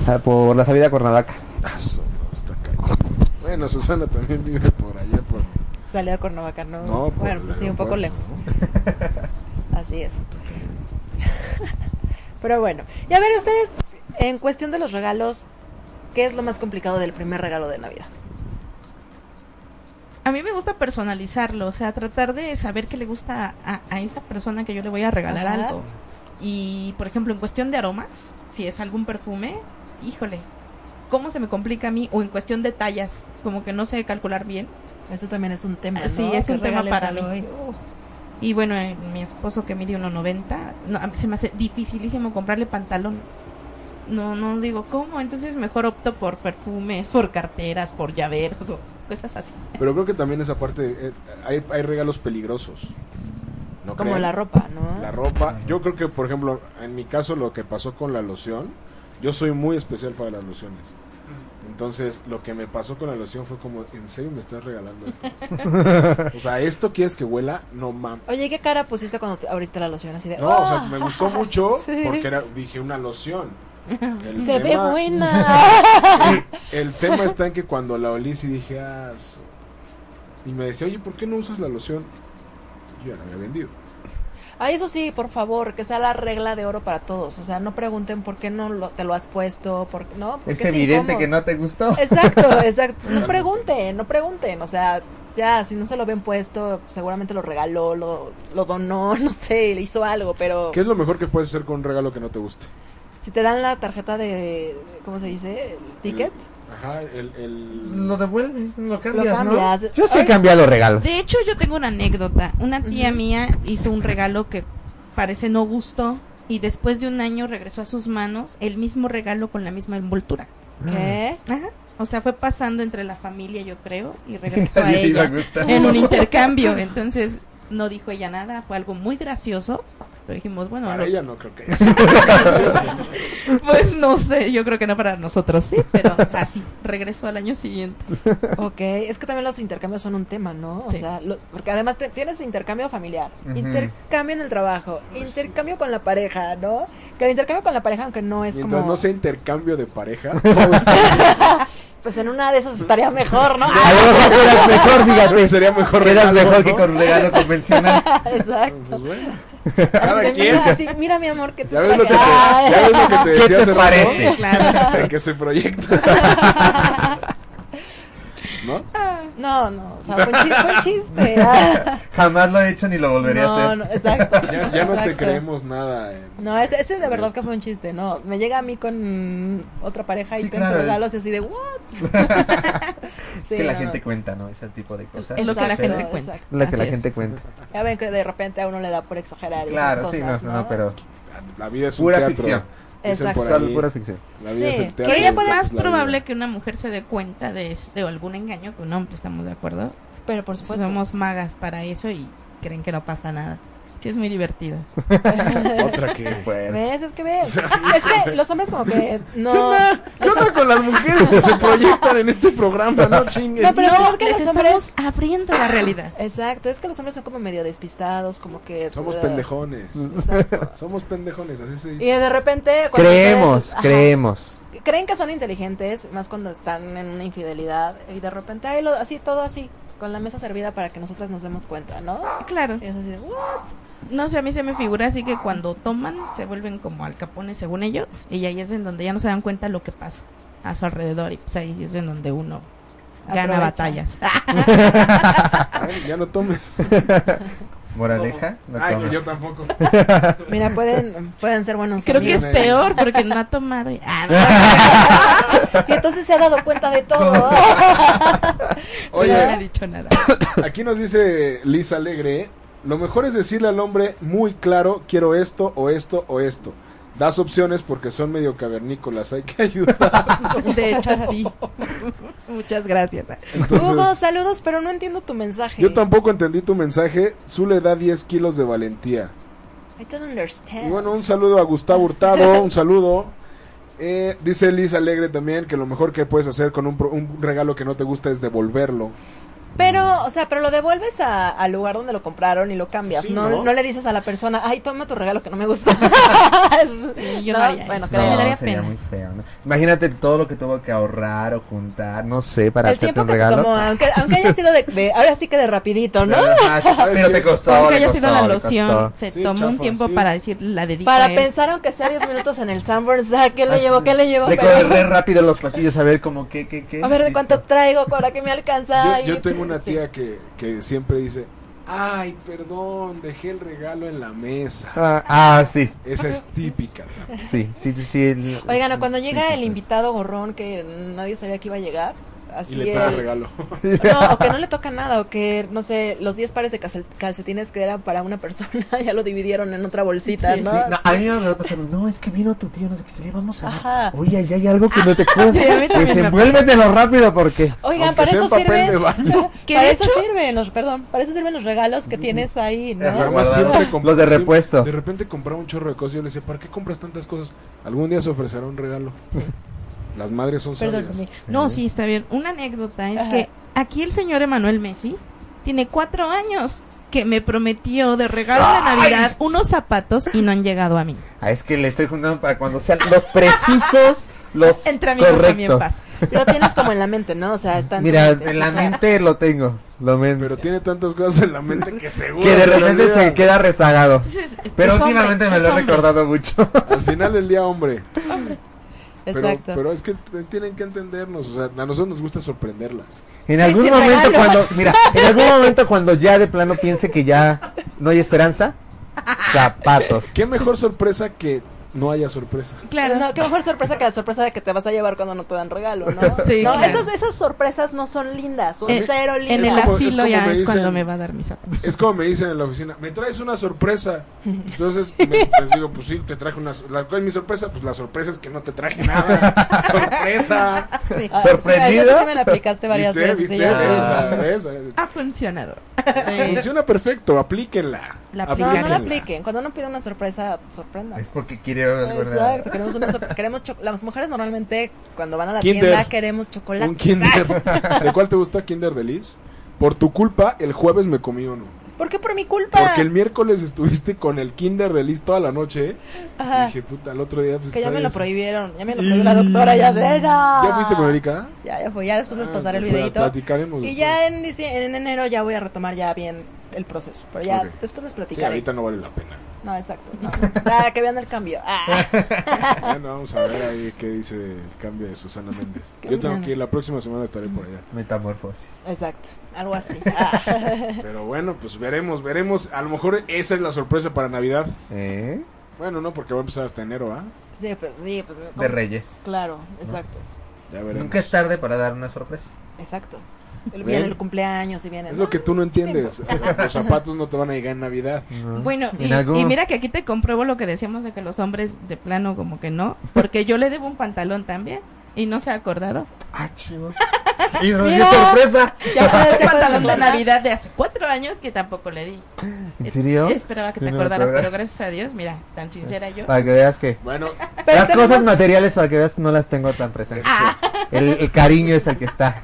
ah, Por la salida a Cuernavaca. Ah, su- está cañón. Bueno, Susana también vive por allá, por... Salida con Cuernavaca, ¿no? No, por bueno, pues el sí, un poco lejos. aeropuerto, Así es. Pero bueno, y a ver, ustedes, en cuestión de los regalos, ¿qué es lo más complicado del primer regalo de Navidad? A mí me gusta personalizarlo, o sea, tratar de saber qué le gusta a, a esa persona que yo le voy a regalar Ajá. algo. Y, por ejemplo, en cuestión de aromas, si es algún perfume, híjole, ¿cómo se me complica a mí? O en cuestión de tallas, como que no sé calcular bien. Eso también es un tema. Ah, ¿no? Sí, es Que un tema regales para algo mí. y, uh, Y bueno, eh, mi esposo que mide 1,90, no, a mí se me hace dificilísimo comprarle pantalones. No, no digo cómo, entonces mejor opto por perfumes, por carteras, por llaveros o cosas así. Pero creo que también esa parte, eh, hay, hay regalos peligrosos. ¿No como creen? la ropa, ¿no? La ropa. Yo creo que, por ejemplo, en mi caso lo que pasó con la loción, yo soy muy especial para las lociones. Entonces, lo que me pasó con la loción fue como, ¿en serio me estás regalando esto? o sea, ¿esto quieres que huela? No mames. Oye, ¿y ¿qué cara pusiste cuando te abriste la loción? Así de, No, "Oh, o sea, me gustó mucho Sí. porque era, dije una loción. El se ve tema- buena. El tema está en que cuando la olí sí dije, ah, su- y me decía, oye, ¿por qué no usas la loción? Yo ya la había vendido. Ah, eso sí, por favor, que sea la regla de oro para todos. O sea, no pregunten por qué no lo- te lo has puesto, por, ¿no? Porque Es evidente incómodo. que no te gustó. Exacto, exacto. No pregunten, no pregunten. O sea, ya, si no se lo ven puesto, seguramente lo regaló, lo, lo donó, no sé, le hizo algo, pero ¿Qué es lo mejor que puedes hacer con un regalo que no te guste? si te dan la tarjeta de, ¿cómo se dice? ¿El ¿Ticket? Ajá, el... el- Lo devuelves, lo cambias, cambias. ¿no? Yo sí Ay. he cambiado regalos. De hecho, yo tengo una anécdota. Una tía Ujú. mía hizo un regalo que parece no gustó y después de un año regresó a sus manos el mismo regalo con la misma envoltura. ¿Qué? Ajá. O sea, fue pasando entre la familia, yo creo, y regresó a Nadie te iba a ella gustar. en un intercambio. Entonces, no dijo ella nada, fue algo muy gracioso. Pero dijimos, bueno, Para lo- ella no creo que es. pues no sé, yo creo que no para nosotros, sí, pero así, regresó al año siguiente. Ok, es que también los intercambios son un tema, ¿no? O Sí. sea, lo- porque además te- tienes intercambio familiar, Ujú. intercambio en el trabajo, intercambio con la pareja, ¿no? Que el intercambio con la pareja, aunque no es Mientras como... no sea intercambio de pareja, Pues en una de esas estaría mejor, ¿no? Ah, A lo mejor eras mejor, fíjate. sería mejor Eras regalo, mejor que ¿no? con regalo convencional. Exacto. Pues bueno. Así Cada de, quien. mira, así, mira mi amor, que te Ya ves lo que te, traje. ya ves lo que te ¿Qué decía te hace rato, parece? ¿no? Claro. De que se proyecta. ¿No? No, no, o sea, fue un chiste, fue un chiste. Ah, Jamás lo he hecho ni lo volveré a no, hacer. no, exacto. Ya, ya no te exacto. creemos nada. eh. No, ese, ese de verdad que fue un chiste, no. Me llega a mí con otra pareja y Sí, te claro. regalos y así de, ¿what? Es Sí, que la no, gente no. cuenta, ¿no? Ese tipo de cosas. Es lo que la Exacto, gente cuenta. exacto. Lo que Así la es. gente cuenta. Ya ven que de repente a uno le da por exagerar y Claro, esas sí, no, cosas, no, no, pero La vida es un Pura teatro. ficción. dicen Exacto. por solo ahí. pura ficción. La vida Sí, es el que teatro. Que ella es puede- más la vida. probable que una mujer se dé cuenta de, es- de algún engaño que un hombre, estamos de acuerdo. Pero por supuesto. Somos magas para eso y creen que no pasa nada. Sí, es muy divertido. Otra que... Bueno. ¿Ves? Es que ves. Es que los hombres como que no... ¿Qué onda con las mujeres que se proyectan en este programa? No chingues. No, pero creo que les los estamos abriendo la realidad. Exacto, es que los hombres son como medio despistados, como que... Somos Ah, pendejones. Mm. exacto. Somos pendejones, así se Y dice. de repente... cuando Creemos, ustedes- ajá, creemos. Creen que son inteligentes, más cuando están en una infidelidad. Y de repente, ahí lo- así, todo así, con la mesa servida para que nosotras nos demos cuenta, ¿no? Claro. Y es así de, "What?". No sé, a mí se me figura así que cuando toman se vuelven como alcapones según ellos y ahí es en donde ya no se dan cuenta lo que pasa a su alrededor y pues ahí es en donde uno gana Aprovecha. batallas. Ay, ya no tomes. Moraleja, no Ay, tomes. yo tampoco. Mira, pueden, pueden ser buenos Creo que amigos. es peor porque no ha tomado. y- Ah, Y entonces se ha dado cuenta de todo. no, Oye. no me ha dicho nada. Aquí nos dice Liz Alegre, lo mejor es decirle al hombre muy claro, quiero esto o esto o esto. Das opciones porque son medio cavernícolas, hay que ayudar. De hecho, sí. Muchas gracias. Entonces, Hugo, saludos, pero no entiendo tu mensaje. yo tampoco entendí tu mensaje, Su le da 10 kilos de valentía. I don't understand. Y bueno, un saludo a Gustavo Hurtado, un saludo. Eh, dice Liz Alegre también que lo mejor que puedes hacer con un, pro- un regalo que no te gusta es devolverlo. Pero, o sea, pero lo devuelves a- al lugar donde lo compraron y lo cambias. Sí, no, ¿no? ¿no? le dices a la persona, ay, toma tu regalo que no me gusta. Y yo no No, haría bueno, eso. creo. Me No, daría sería pena. muy feo. ¿no? Imagínate todo lo que tuvo que ahorrar o juntar, no sé, para el hacerte tiempo un que se regalo. tomó, aunque, aunque haya sido de, de- ahora sí que de rapidito, ¿no? Ajá, sí, ¿Sabes pero qué? te costó. Aunque le haya costó, sido la le loción, costó. se Sí, tomó un chafa, tiempo sí. para decir la dedico Para a él. pensar aunque sea 10 minutos en el Sanborns, ah, ¿qué le llevo? ¿Qué le llevo? Recorrer rápido los pasillos a ver como qué, qué, qué. a ver de Listo. cuánto traigo, para que me alcanza. Yo, yo tengo una Sí. tía que, que siempre dice, ay, perdón, dejé el regalo en la mesa. Ah, ah, sí, Esa es típica. ¿no? sí, sí, sí. el- Oigan, ¿no? cuando llega sí, el sí. invitado gorrón que nadie sabía que iba a llegar, así Y le trae el- regalo. No, o que no le toca nada, o que, no sé, los 10 pares de calce- calcetines que eran para una persona ya lo dividieron en otra bolsita, Sí, ¿no? Sí, no, a mí me pasaron, no, es que vino tu tío, no sé qué, ¿qué le vamos a dar? Ajá. Oye, ahí hay algo que no te cuesta. Ah, Sí, a mí también me Desenvuélvetelo rápido porque... Oigan, Aunque para sea eso en papel de sirven. baño. Que para de eso hecho- sirven los, perdón, para eso sirven los regalos que tienes ahí, Mi ¿no? Ajá. mamá siempre comp- Los de siempre- repuesto. De repente compraba un chorro de cosas y yo le decía, ¿para qué compras tantas cosas? Algún día se ofrecerá un regalo. Las madres son Perdón, sabias. mi- No, sí, está bien. Una anécdota es Ajá. que aquí el señor Emanuel Messi tiene cuatro años que me prometió de regalo de Navidad unos zapatos y no han llegado a mí. Ah, es que le estoy juntando para cuando sean los precisos, los Entre amigos también correctos. pasa. Lo tienes como en la mente, ¿no? O sea, está en tu Mira, mente, en la está claro. mente lo tengo. Lo men- Pero tiene tantas cosas en la mente que seguro. que de se le repente olvida. se queda rezagado. Entonces, Pero es hombre, últimamente me es lo he hombre. recordado mucho. Al final del día, hombre. Pero, Exacto. pero es que t- tienen que entendernos. O sea, a nosotros nos gusta sorprenderlas. En Sí, algún sí, momento regalo. cuando, mira, en algún momento cuando ya de plano piense que ya no hay esperanza, zapatos. ¿Qué mejor sorpresa que no haya sorpresa? Claro. No, qué mejor sorpresa que la sorpresa de que te vas a llevar cuando no te dan regalo, ¿no? Sí, no, claro. esas, esas sorpresas no son lindas, son Eh, cero lindas. en el como- es asilo como ya me es dicen- cuando me va a dar mis zapatos. Es como me dicen en la oficina, me traes una sorpresa. Entonces me- les digo, pues sí, te traje una. sor- La, ¿Cuál es mi sorpresa? Pues la sorpresa es que no te traje nada. sorpresa. Sí. Ah, ¿Sorprendida? Sí, eso sí me la aplicaste varias ¿Viste? veces. sí, ¿Viste? ya Sí, sé. la- ¿ves? Eh, Ha funcionado. Sí. Funciona perfecto, aplíquenla. La No, no la Aplíquenla. apliquen. Cuando uno pide una sorpresa, sorprenda. Ah, Es porque quiero alguna- Exacto, queremos una sorpresa. Queremos cho- Las mujeres normalmente cuando van a la Kinder. tienda queremos chocolate. Un Kinder. ¿De cuál te gusta Kinder de Liz? Por tu culpa, el jueves me comí uno. ¿Por qué por mi culpa? Porque el miércoles estuviste con el Kinder de Liz toda la noche. Ajá. Y dije, puta, el otro día. Pues, Que ya me lo ¿sabes? prohibieron, ya me lo prohibió la doctora, ya sé, no. ¿Ya fuiste con Erika? Ya, ya fui, ya después les Ah, pasaré el pl- videito. Platicaremos. Y después. ya en, dicie- en enero ya voy a retomar ya bien el proceso, pero ya Ok. después les Sí, platicaré. ahorita no vale la pena. no, exacto. No. Ah, que vean el cambio. Ah. Ya no, vamos a ver ahí qué dice el cambio de Susana Méndez. Qué Yo tengo bueno. que ir, la próxima semana estaré por allá. Metamorfosis. Exacto, algo así. Ah. Pero bueno, pues veremos, veremos. A lo mejor esa es la sorpresa para Navidad. ¿Eh? Bueno, no, porque va a empezar hasta enero, ¿ah? Sí, pues sí, pues ¿cómo? De Reyes. Claro, exacto. Ya veremos. Nunca es tarde para dar una sorpresa. Exacto. El- Ven. Viene el cumpleaños y viene Es lo que tú no entiendes. Los zapatos no te van a llegar en Navidad. Bueno, y, En algún- y mira que aquí te compruebo lo que decíamos de que los hombres de plano como que no, porque yo le debo un pantalón también y no se ha acordado. Ah, chivo. Y nos dio Mira. sorpresa. Ya para Un pantalón de Navidad de hace cuatro años que tampoco le di. ¿En serio? Esperaba que Yo te no me acordaras, acordaba. pero gracias a Dios, mira, tan sincera yo. Para que veas que Bueno, las cosas materiales para que veas no las tengo tan presentes. Ah, El, el cariño es el que está.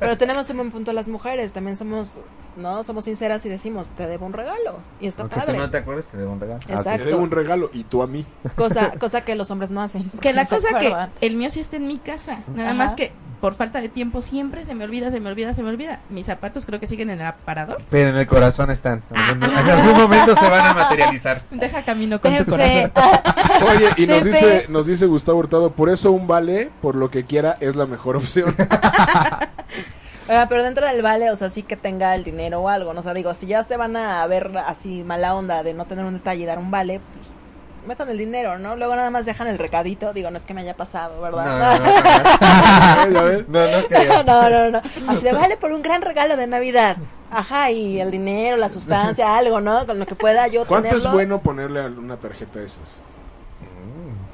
Pero tenemos un buen punto las mujeres, también somos, ¿no? Somos sinceras y decimos, te debo un regalo. Y está padre. te acuerdes, te debo un regalo. Ah, te Exacto. debo un regalo y tú a mí. Cosa, cosa que los hombres no hacen. Que la No se cosa que acuerdan. el mío sí está en mi casa, nada Ajá. más que por falta de tiempo siempre se me olvida, se me olvida, se me olvida. Mis zapatos creo que siguen en el aparador. Pero en el corazón están. Ah. En algún- en algún momento se van a materializar. Deja camino con Ten tu corazón. fe. Ah, Oye, y nos Te dice, ve. nos dice Gustavo Hurtado, por eso un vale, por lo que quiera, es la mejor opción. oiga, pero dentro del vale, o sea, sí que tenga el dinero o algo. No o sea, digo, si ya se van a ver así mala onda de no tener un detalle y dar un vale, pues metan el dinero, ¿no? Luego nada más dejan el recadito. Digo, no es que me haya pasado, No, ¿verdad? no, no. Ya ves. No, no creo. No, no, no. Así de vale por un gran regalo de Navidad. Ajá, y el dinero, la sustancia, algo, ¿no? Con lo que pueda yo ¿Cuánto es tenerlo. bueno ponerle a una tarjeta de esas?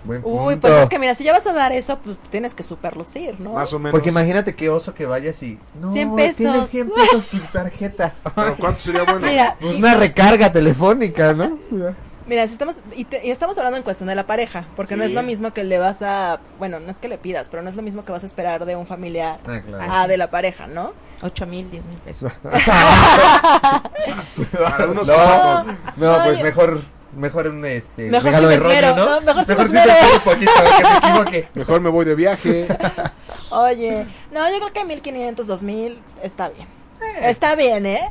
Buen Uy, punto. pues es que mira, si ya vas a dar eso, pues tienes que superlucir, ¿no? Más o menos. Porque imagínate qué oso que vayas y... No, 100 pesos. Tiene 100 pesos tu tarjeta. Pero ¿Cuánto sería bueno? Mira, Pues una recarga telefónica, ¿no? mira, si estamos y, te- y estamos hablando en cuestión de la pareja, porque no Sí. es lo mismo que le vas a, bueno, no es que le pidas, pero no es lo mismo que vas a esperar de un familiar Ah, claro. a de la pareja, ¿no? Ocho mil, diez mil pesos. Para unos No, zapatos. no, No, pues yo- mejor, mejor un este, Mejor regalo si me erróneo, esmero, ¿no? no, mejor si me sí te esmero. espero un poquito, que me equivoque. Mejor me voy de viaje. Oye, no, yo creo que 1500, 2000 está bien. Está bien, ¿eh?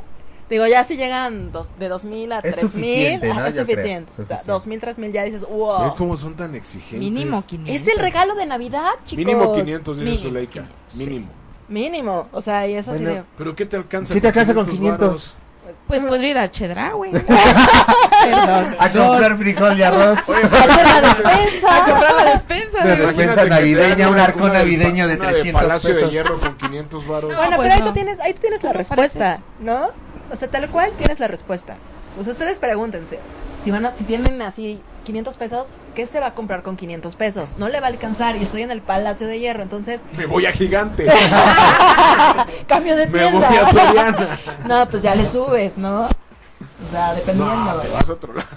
Digo, ya si llegan dos, de 2000 a Es 3000, suficiente, ah, ¿no? es Yo creo, suficiente. suficiente. 2000, 3000 ya dices, Ve wow. cómo son tan exigentes. Mínimo 500. Es el regalo de Navidad, chicos. Mínimo 500 dice Mínimo Zuleika. 500, sí. Mínimo. Mínimo, o sea, y es así Bueno. ¿Pero qué te alcanza? ¿Qué te alcanza con 500? varos? Pues podría ir a Chedra, güey. A comprar frijol y arroz. de hacer la A despensa. comprar la De despensa. güey. repente. Imagínate que te navideña, dan un una- arco una pa- navideño de una 300 Palacio pesos. de Hierro con 500 varos. Bueno, No, pues pero ahí no. tú tienes, ahí tú tienes la No respuesta, pareces. ¿no? O sea, tal cual tienes la respuesta. O sea, ustedes pregúntense, si van a, si tienen así 500 pesos, ¿qué se va a comprar con 500 pesos? No le va a alcanzar y estoy en el Palacio de Hierro, entonces Me voy a Gigante. cambio de Me voy tienda. a Soriana. No, pues ya le subes, ¿no? O sea, dependiendo. No, te ¿verdad? vas a otro lado.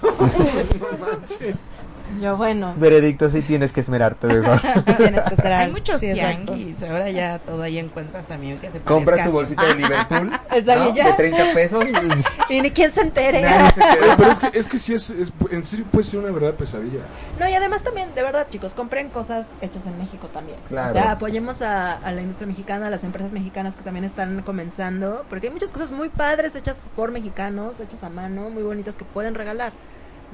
Yo, bueno, Veredicto, sí tienes que esmerarte, mejor. tienes que estar. Hay muchos sí, exacto. tianguis, ahora ya todo ahí encuentras también que se Compras parezca. tu bolsita Ah. de Liverpool Exacto, ¿no? ya. de 30 pesos. y Y ni quien se entere. nadie se Oye, entera. Pero es que, es que sí es, es- En serio puede ser una verdadera pesadilla. No, y además también, de verdad, chicos, compren cosas hechas en México también. Claro. O sea, apoyemos a, a la industria mexicana, a las empresas mexicanas que también están comenzando, porque hay muchas cosas muy padres hechas por mexicanos, hechas a mano, muy bonitas que pueden regalar,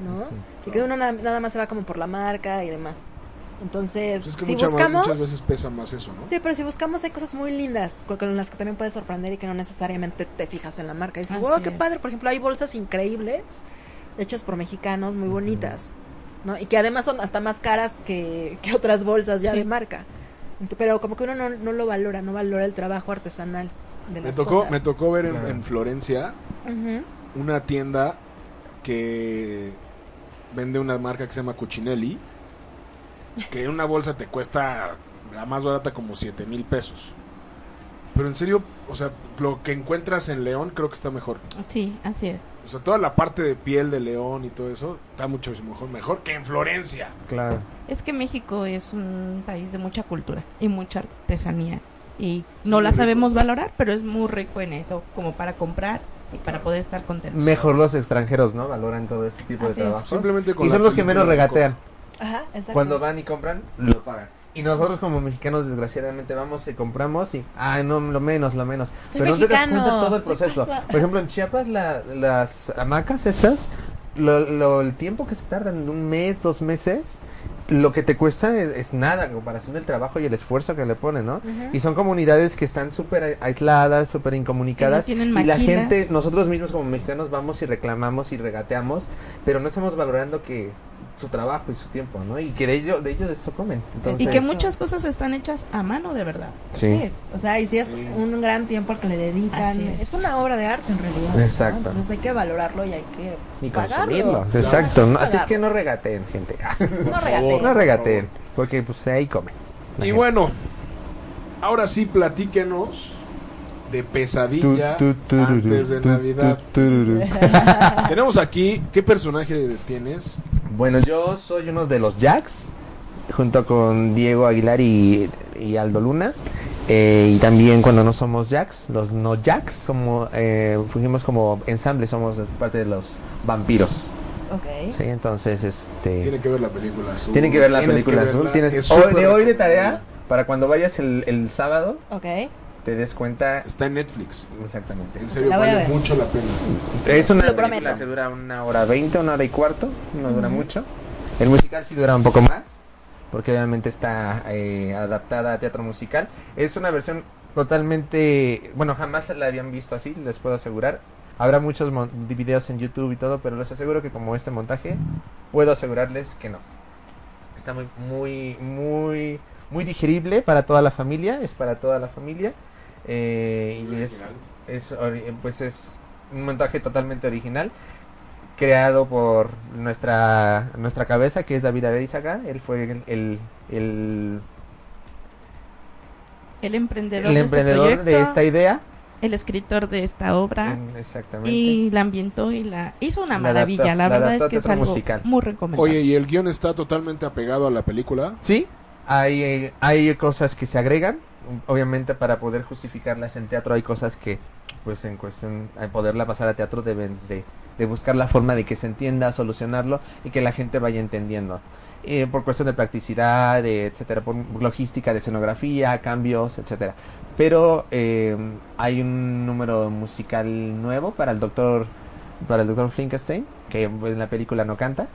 ¿no? y que uno na- nada, más se va como por la marca y demás. Entonces, Pues es que si mucha- buscamos... muchas veces pesa más eso, ¿no? Sí, pero si buscamos hay cosas muy lindas con- con las que también puedes sorprender y que no necesariamente te fijas en la marca. Y dices, Así wow, qué es. padre. Por ejemplo, hay bolsas increíbles hechas por mexicanos, muy bonitas, ¿no? Y que además son hasta más caras que, que otras bolsas ya Sí. de marca. Ent- Pero como que uno no, no lo valora, no valora el trabajo artesanal de Me las tocó, cosas. me tocó ver en, Claro. en Florencia Ujú. una tienda que vende una marca que se llama Cuccinelli. Que una bolsa te cuesta la más barata como 7 mil pesos. Pero en serio, o sea, lo que encuentras en León creo que está mejor. Sí, así es. O sea, toda la parte de piel de León y todo eso está mucho mejor, mejor que en Florencia. Claro. Es que México es un país de mucha cultura y mucha artesanía y no muy la rico. sabemos valorar, pero es muy rico en eso, como para comprar y para poder estar contentos. Mejor los extranjeros, ¿no? Valoran todo este tipo Así de es. trabajo. Simplemente con y la son los que menos película de regatean. Ajá, exacto. Cuando van y compran, lo pagan. Y nosotros como mexicanos desgraciadamente vamos eh, y compramos y, ah, no, lo menos, lo menos. Soy Pero no mexicano, te das cuenta todo el soy proceso. mexicano. Por ejemplo, en Chiapas la- las hamacas estas, lo, lo- el tiempo que se tardan, un mes, dos meses, lo que te cuesta es, es nada en comparación del trabajo y el esfuerzo que le ponen, ¿no? Ujú. Y son comunidades que están súper a- aisladas, súper incomunicadas. Que no tienen y la maquila. gente, nosotros mismos como mexicanos vamos y reclamamos y regateamos, pero no estamos valorando que su trabajo y su tiempo, ¿no? Y que de ellos, de ellos de eso comen. Entonces, y que muchas cosas están hechas a mano de verdad. Sí. o sea, y si es Sí. un gran tiempo al que le dedican. Así Es. es. una obra de arte en realidad. ¿no? Exacto. Entonces hay que valorarlo y hay que Y pagarlo. consumirlo. Exacto. ¿no? Así es Pagarlo. que no regateen, gente. Ah, No regateen. no regateen. Porque pues ahí comen. La Y gente. bueno, ahora sí platíquenos de Tu, pesadilla tu, tu, antes tu, de tu, Navidad. tu, tu, tu. Tenemos aquí, ¿qué personaje tienes? Bueno, yo soy uno de los Jacks, junto con Diego Aguilar y, y Aldo Luna. Eh, y también cuando no somos Jacks, los no Jacks, somos, eh, fungimos como ensamble, somos parte de los vampiros. Ok. Sí, entonces, este, Tiene que ver la película azul. tienen que ver la Tienes película que azul. verla, Tienes es hoy, súper de hoy de recomendable. tarea, para cuando vayas el, el sábado, Ok. te des cuenta Está en Netflix. exactamente. En serio, La voy a vale ver. mucho la pena. Es una Lo película prometo. que dura una hora veinte, una hora y cuarto, no dura mucho. El musical sí dura un poco más, porque obviamente está eh, adaptada a teatro musical. Es una versión totalmente, bueno, jamás la habían visto así, les puedo asegurar. Habrá muchos mon- videos en YouTube y todo, pero les aseguro que como este montaje, puedo asegurarles que no. Está muy, muy, muy, muy digerible para toda la familia, es para toda la familia. eh, y es es ori- pues es un montaje totalmente original creado por nuestra nuestra cabeza que es David Areizaga él fue el el, el- El emprendedor, el emprendedor de, este de proyecto, esta idea el escritor de esta obra Mm, exactamente y la ambientó y la hizo una La maravilla. adaptó- la la verdad adaptó es que a es teatro algo musical. muy recomendable. Oye, ¿y el guión está totalmente apegado a la película? sí hay eh, hay cosas que se agregan obviamente para poder justificarlas en teatro hay cosas que pues en cuestión al poderla pasar a teatro deben de, de buscar la forma de que se entienda solucionarlo y que la gente vaya entendiendo eh, por cuestión de practicidad, eh, etcétera, por logística de escenografía, cambios, etcétera. Pero eh, hay un número musical nuevo para el doctor, para el doctor Finkelstein, que en la película no canta,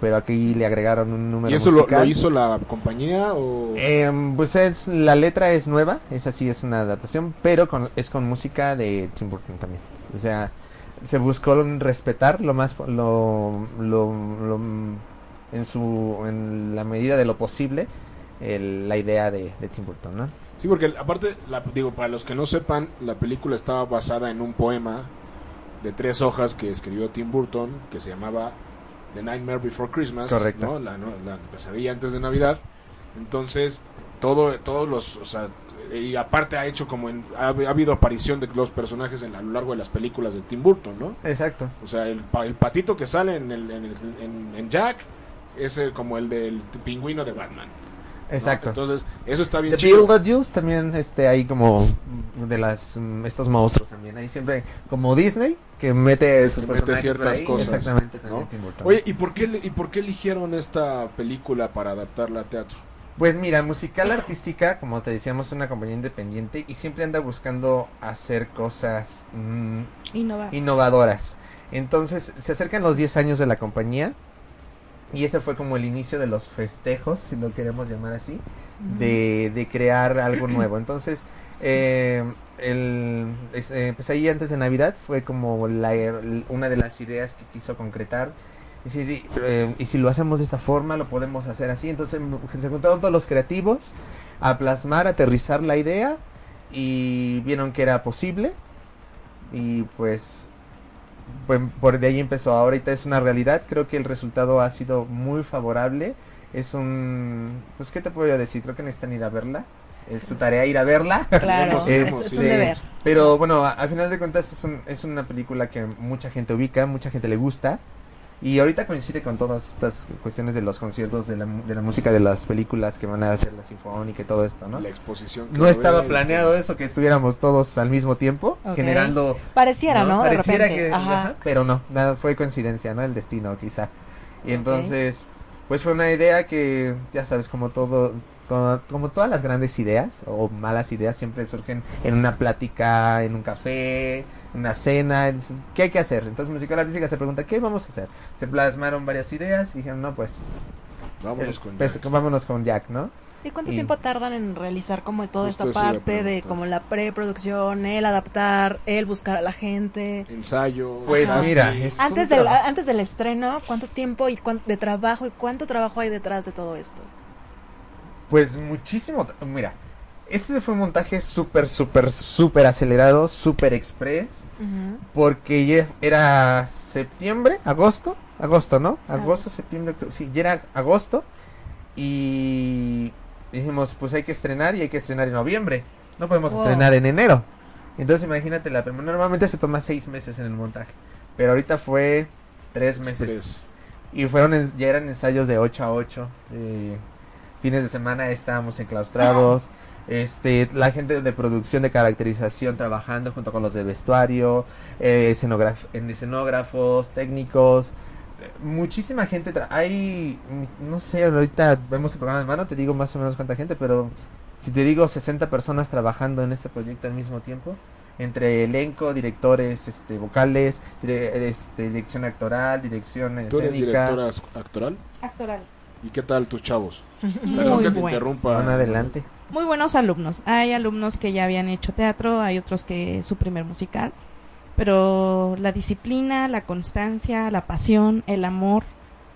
pero aquí le agregaron un número ¿Y eso lo, musical. lo hizo la compañía o...? Em, pues es, la letra es nueva, esa sí es una adaptación, pero con, es con música de Tim Burton también. O sea, se buscó respetar lo más, lo, lo, lo- en su, en la medida de lo posible, el- la idea de, de Tim Burton, ¿no? Sí, porque aparte, la- digo, para los que no sepan, la película estaba basada en un poema de tres hojas que escribió Tim Burton, que se llamaba The Nightmare Before Christmas, Correcto. ¿no? La, no- la pesadilla antes de Navidad. Entonces, todo, todos los, o sea, Y aparte ha hecho como en- ha, ha habido aparición de los personajes en, a lo largo de las películas de Tim Burton, ¿no? Exacto. O sea, el, pa- el patito que sale en, el- en el- en- en Jack es eh, como el del pingüino de Batman. ¿no? Exacto. Entonces, eso está bien The chido. Beetlejuice también este ahí como de las mm, estos monstruos también ahí siempre como Disney que mete sus Que mete personajes por ciertas ahí, cosas. exactamente ¿no? también Tim Burton. Oye, ¿y por, qué, le- ¿y por qué eligieron esta película para adaptarla a teatro? Pues mira, musical artística, como te decíamos, es una compañía independiente y siempre anda buscando hacer cosas mm, Innovar. innovadoras. Entonces, se acercan los 10 años de la compañía y ese fue como el inicio de los festejos, si lo queremos llamar así, de, de crear algo nuevo. Entonces, eh, el, ex- eh, pues ahí antes de Navidad fue como la, una de las ideas que quiso concretar. Y si, eh, y si lo hacemos de esta forma, lo podemos hacer así. Entonces se juntaron todos los creativos a plasmar, a aterrizar la idea y vieron que era posible. Y pues, pues, por de ahí empezó. Ahorita es una realidad. Creo que el resultado ha sido muy favorable. Es un... Pues, ¿qué te puedo decir? Creo que necesitan ir a verla. Es su tarea ir a verla. Claro, Hemos- es, hemos, es sí. un deber. Pero bueno, a- al final de cuentas es, un- es una película que mucha gente ubica, mucha gente le gusta. Y ahorita coincide con todas estas cuestiones de los conciertos, de la, mu- de la música, de las películas que van a hacer la sinfónica y todo esto, ¿no? La exposición. que No va a estaba haber. planeado ¿eh? eso, que estuviéramos todos al mismo tiempo, Ok. generando... Pareciera, ¿no? De Pareciera repente. que- Ajá. ajá, pero no, nada, fue coincidencia, ¿no? El destino, quizá. Y Ok. entonces, pues fue una idea que, ya sabes, como todo, como, como todas las grandes ideas o malas ideas siempre surgen en una plática, en un café, en una cena, en- ¿qué hay que hacer? Entonces, musical artística se pregunta, ¿qué vamos a hacer? Se plasmaron varias ideas y dijeron, no, pues, Vámonos el- con pues, Jack. vámonos con Jack, ¿no? ¿Y cuánto Y- tiempo tardan en realizar como toda Justo esta eso iba a parte de preguntar. como la preproducción, el adaptar, el buscar a la gente? Ensayos. Pues castings. mira, es un Antes del, trabajo. antes del estreno, ¿cuánto tiempo y cuán- de trabajo y cuánto trabajo hay detrás de todo esto? Pues muchísimo. tra- Mira, este fue un montaje súper, súper, súper acelerado, súper express. Ujú. Porque ya era septiembre, agosto, agosto, ¿no? Agosto, Agosto. septiembre, octubre, sí, ya era agosto. Y dijimos, pues hay que estrenar y hay que estrenar en noviembre. No podemos Wow. estrenar en enero. Entonces imagínate, la primera, normalmente se toma seis meses en el montaje. Pero ahorita fue tres meses. Express. Y fueron, ens- ya eran ensayos de 8 a 8. eh, fines de semana estábamos enclaustrados. Este, la gente de producción de caracterización trabajando junto con los de vestuario, eh, escenograf- en escenógrafos, técnicos, eh, muchísima gente. tra- hay, mm, no sé, ahorita vemos el programa de mano, te digo más o menos cuánta gente, pero si te digo 60 personas trabajando en este proyecto al mismo tiempo, entre elenco, directores, este, vocales, dire- este, dirección actoral, dirección escénica. ¿Tú eres directora act- actoral? Actoral. ¿Y qué tal tus chavos? Perdón Muy que te bueno. interrumpa. Van adelante. muy buenos alumnos. Hay alumnos que ya habían hecho teatro, hay otros que es su primer musical, pero la disciplina, la constancia, la pasión, el amor,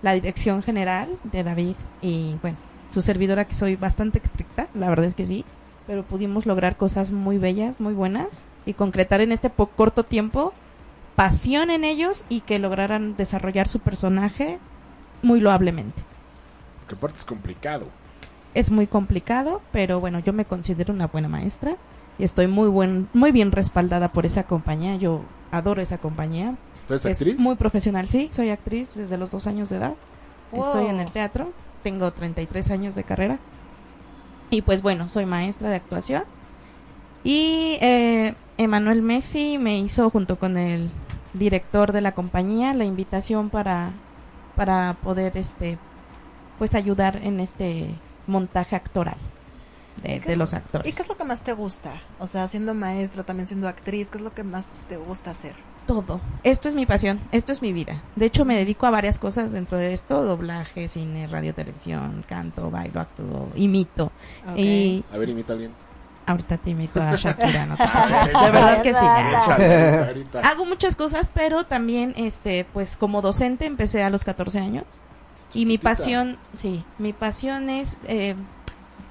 la dirección general de David y bueno, su servidora que soy bastante estricta, la verdad es que sí, pero pudimos lograr cosas muy bellas, muy buenas y concretar en este po- corto tiempo pasión en ellos y que lograran desarrollar su personaje muy loablemente Que aparte es complicado. es muy complicado, pero bueno, yo me considero una buena maestra y estoy muy buen, muy bien respaldada por esa compañía. Yo adoro esa compañía. ¿Tú eres es actriz? muy profesional, sí. Soy actriz desde los dos años de edad. Estoy en el teatro. Tengo 33 años de carrera. Y pues bueno, soy maestra de actuación. Y eh, Emanuel Messi me hizo junto con el director de la compañía la invitación para, para poder este pues ayudar en este montaje actoral de, ¿Y qué de es- los ¿Y actores. qué es lo que más te gusta? O sea, siendo maestra, también siendo actriz, ¿qué es lo que más te gusta hacer? todo. Esto es mi pasión, esto es mi vida. De hecho, me dedico a varias cosas dentro de esto, doblaje, cine, radio, televisión, canto, bailo, actúo, imito. Y A ver, imita a alguien. ahorita te imito a Shakira, no te creas. De verdad que sí. Échale, ahorita. Hago muchas cosas, pero también, este, pues como docente empecé a los 14 años. Y mi Chiquitita. pasión, sí, mi pasión es eh,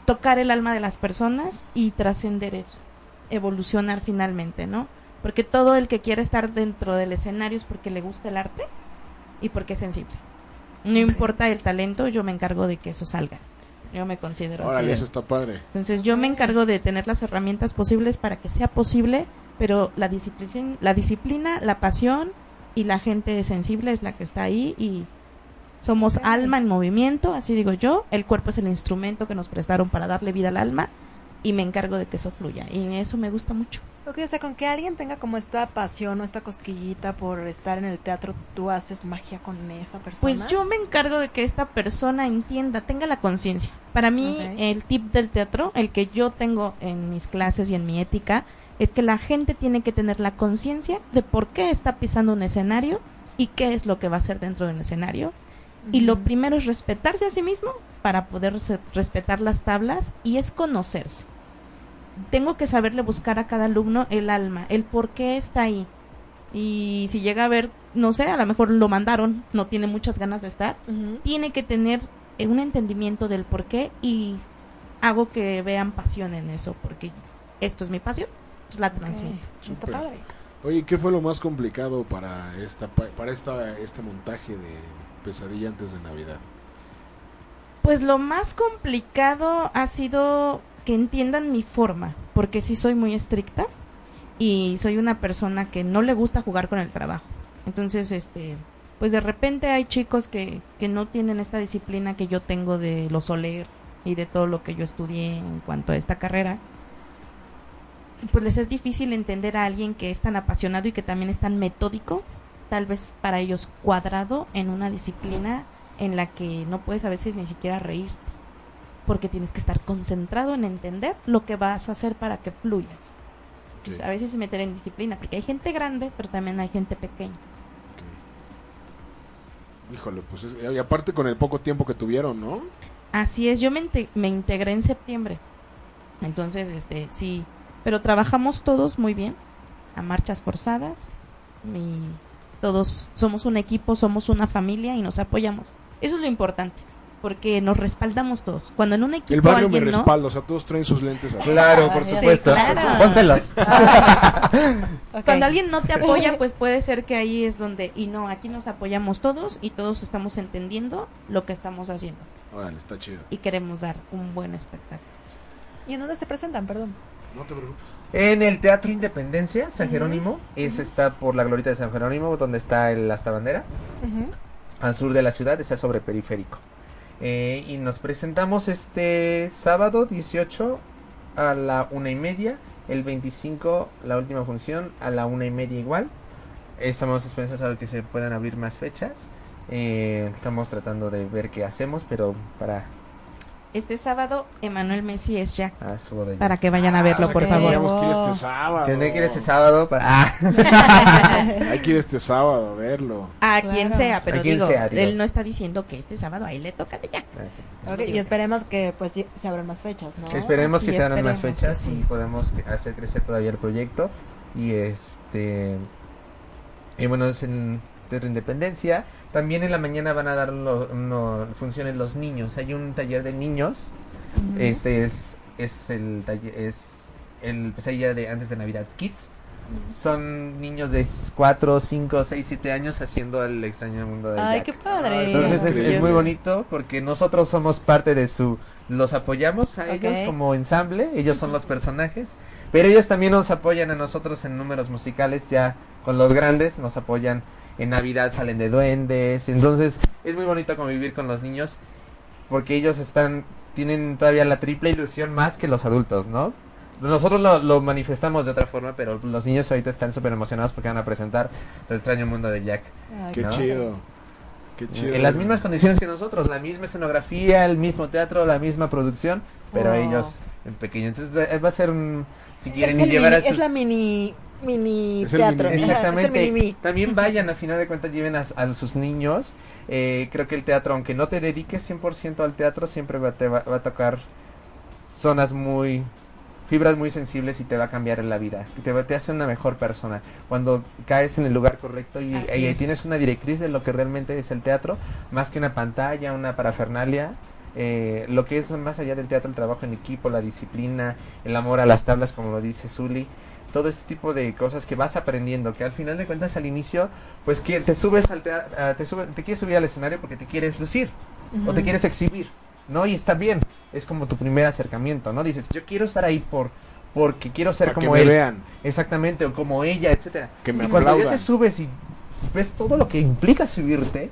tocar el alma de las personas y trascender eso, evolucionar finalmente, ¿no? Porque todo el que quiere estar dentro del escenario es porque le gusta el arte y porque es sensible. No importa el talento, yo me encargo de que eso salga. Yo me considero Órale, así. eso está padre. Entonces yo me encargo de tener las herramientas posibles para que sea posible, pero la disciplina, la disciplina, la pasión y la gente sensible es la que está ahí y somos alma en movimiento, así digo yo, el cuerpo es el instrumento que nos prestaron para darle vida al alma y me encargo de que eso fluya y eso me gusta mucho. Ok, o sea, con que alguien tenga como esta pasión o esta cosquillita por estar en el teatro, tú haces magia con esa persona. Pues yo me encargo de que esta persona entienda, tenga la conciencia. Para mí, Ok. el tip del teatro, el que yo tengo en mis clases y en mi ética, es que la gente tiene que tener la conciencia de por qué está pisando un escenario y qué es lo que va a hacer dentro del escenario. Y lo Ujú. primero es respetarse a sí mismo para poder se- respetar las tablas y es conocerse. Tengo que saberle buscar a cada alumno el alma, el por qué está ahí. Y si llega a ver, no sé, a lo mejor lo mandaron, no tiene muchas ganas de estar, Ujú. tiene que tener eh, un entendimiento del por qué y hago que vean pasión en eso, porque esto es mi pasión, pues la Ah, transmito. Ok, Está Súper. padre. Oye, ¿qué fue lo más complicado para esta pa- para esta este montaje de Pesadilla antes de Navidad? Pues lo más complicado ha sido que entiendan mi forma, porque sí soy muy estricta y soy una persona que no le gusta jugar con el trabajo. Entonces, este, pues de repente hay chicos que, que no tienen esta disciplina que yo tengo de lo soler y de todo lo que yo estudié en cuanto a esta carrera. Pues les es difícil entender a alguien que es tan apasionado y que también es tan metódico, tal vez para ellos cuadrado en una disciplina en la que no puedes a veces ni siquiera reírte, porque tienes que estar concentrado en entender lo que vas a hacer para que fluyas. Pues, a veces se meter en disciplina, porque hay gente grande, pero también hay gente pequeña. Ok. Híjole, pues es- y aparte con el poco tiempo que tuvieron, ¿no? Así es, yo me, inte- me integré en septiembre. Entonces, este, sí, pero trabajamos todos muy bien, a marchas forzadas, y todos somos un equipo, somos una familia y nos apoyamos. Eso es lo importante, porque nos respaldamos todos. Cuando en un equipo El barrio me alguien no, respalda, o sea, todos traen sus lentes así. Claro, por Sí, supuesto. claro. Póntelos. Ok. Cuando alguien no te apoya, pues puede ser que ahí es donde, y no, aquí nos apoyamos todos y todos estamos entendiendo lo que estamos haciendo Órale, está chido. y queremos dar un buen espectáculo. ¿Y en dónde se presentan? Perdón. No te preocupes. En el Teatro Independencia, San Jerónimo, ese está por la glorita de San Jerónimo, donde está el hasta bandera, Ujú. al sur de la ciudad, está sobre periférico. Eh, y nos presentamos este sábado 18 a la una y media, el 25 la última función a la una y media igual. Estamos expensas a que se puedan abrir más fechas. Eh, estamos tratando de ver qué hacemos, pero para Este sábado, Emanuel Messi es Jack, a su boda ya. para que vayan a verlo, Ah, por sí, favor. Tenemos que ir este sábado. Tendré que ir ese sábado para. Ah. Hay que ir este sábado a verlo. A Claro. quien sea, pero A quien digo, sea, digo. él no está diciendo que este sábado ahí le toca de Jack. Ah, sí. Ok, y esperemos que pues sí, se abran más fechas, ¿no? Esperemos sí, que se hagan más esperemos fechas pues, que sí. y podamos hacer crecer todavía el proyecto. Y este. Y bueno, es en Teatro Independencia. También en la mañana van a dar lo- uno- funciones los niños. Hay un taller de niños. Ujú. Este es, es el taller. Es el pesadilla de antes de Navidad Kids. Son niños de 4, 5, 6, 7 años haciendo el extraño mundo de Ay, Jack. qué padre. Entonces es, es Maravilloso. muy bonito porque nosotros somos parte de su... Los apoyamos a Ok. ellos como ensamble, ellos son los personajes, pero ellos también nos apoyan a nosotros en números musicales, ya con los grandes nos apoyan en Navidad, salen de duendes, entonces es muy bonito convivir con los niños porque ellos están, tienen todavía la triple ilusión más que los adultos, ¿no? Nosotros lo, lo manifestamos de otra forma, pero los niños ahorita están súper emocionados porque van a presentar su extraño mundo de Jack. Ay, Qué ¿No? chido. Qué chido. En las mismas condiciones que nosotros, la misma escenografía, el mismo teatro, la misma producción, pero Wow. ellos en pequeño. Entonces eh, va a ser un... Si quieren y es, el llevar mini- a sus... es la mini mini Es el teatro. mini-mí. Ajá, Exactamente. Es el mini También vayan, a final de cuentas lleven a, a sus niños. Eh, creo que el teatro, aunque no te dediques 100% al teatro, siempre va, te va, va a tocar zonas muy... Fibras muy sensibles y te va a cambiar en la vida. Te, va- te hace una mejor persona. Cuando caes en el lugar correcto y, Así y es. tienes una directriz de lo que realmente es el teatro, más que una pantalla, una parafernalia, eh, lo que es más allá del teatro, el trabajo en equipo, la disciplina, el amor a las tablas, como lo dice Zully, todo este tipo de cosas que vas aprendiendo, que al final de cuentas al inicio, pues que te subes al tea- a- te, sube- te quieres subir al escenario porque te quieres lucir o te quieres exhibir. ¿no? Y está bien, es como tu primer acercamiento, ¿no? Dices, yo quiero estar ahí por porque quiero ser Para que como me él. vean, Exactamente, o como ella, etcétera. que me Y cuando ya aplaudan. te subes y ves todo lo que implica subirte,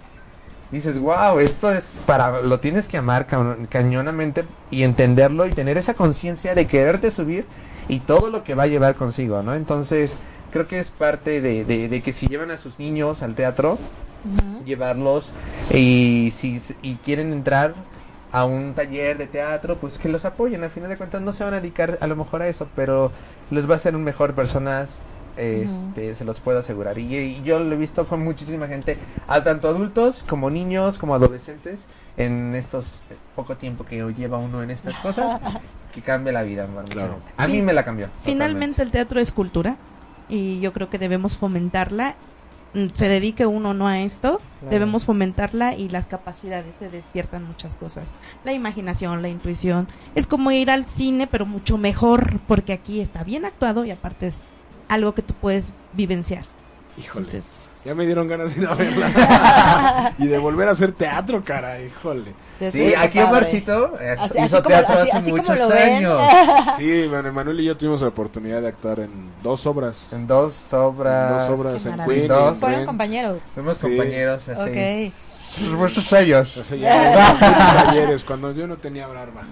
dices, wow, esto es para, lo tienes que amar ca- cañonamente y entenderlo y tener esa conciencia de quererte subir y todo lo que va a llevar consigo, ¿no? Entonces, creo que es parte de, de- de que si llevan a sus niños al teatro, llevarlos y si s- y quieren entrar a un taller de teatro, pues que los apoyen. Al final de cuentas no se van a dedicar a lo mejor a eso, pero les va a ser un mejor personas, este, se los puedo asegurar. Y, y yo lo he visto con muchísima gente, a tanto adultos como niños, como adolescentes, en estos eh, poco tiempo que lleva uno en estas cosas, que cambia la vida. Marmota. Claro. A mí me la cambió. Finalmente el teatro es cultura y yo creo que debemos fomentarla. Mm, Se dedique uno o no a esto, Claro. debemos fomentarla y las capacidades se despiertan muchas cosas. La imaginación, la intuición. Es como ir al cine, pero mucho mejor, porque aquí está bien actuado y aparte es algo que tú puedes vivenciar. Híjole, Entonces, ya me dieron ganas de ir a verla. y de volver a hacer teatro, cara, híjole. Sí, aquí en Marcito eh, pues, Así- así hizo como- teatro así- hace así como muchos lo ven. años. Sí, Manu- Manuel y yo tuvimos la oportunidad de actuar en dos obras. En En dos obras. dos obras, en maravilla. Queen. Dos. en Fueron Rent. compañeros. Somos Sí. compañeros así. Ok. Vuestros sellos. Hace ya muchos ayeres, cuando yo no tenía barba.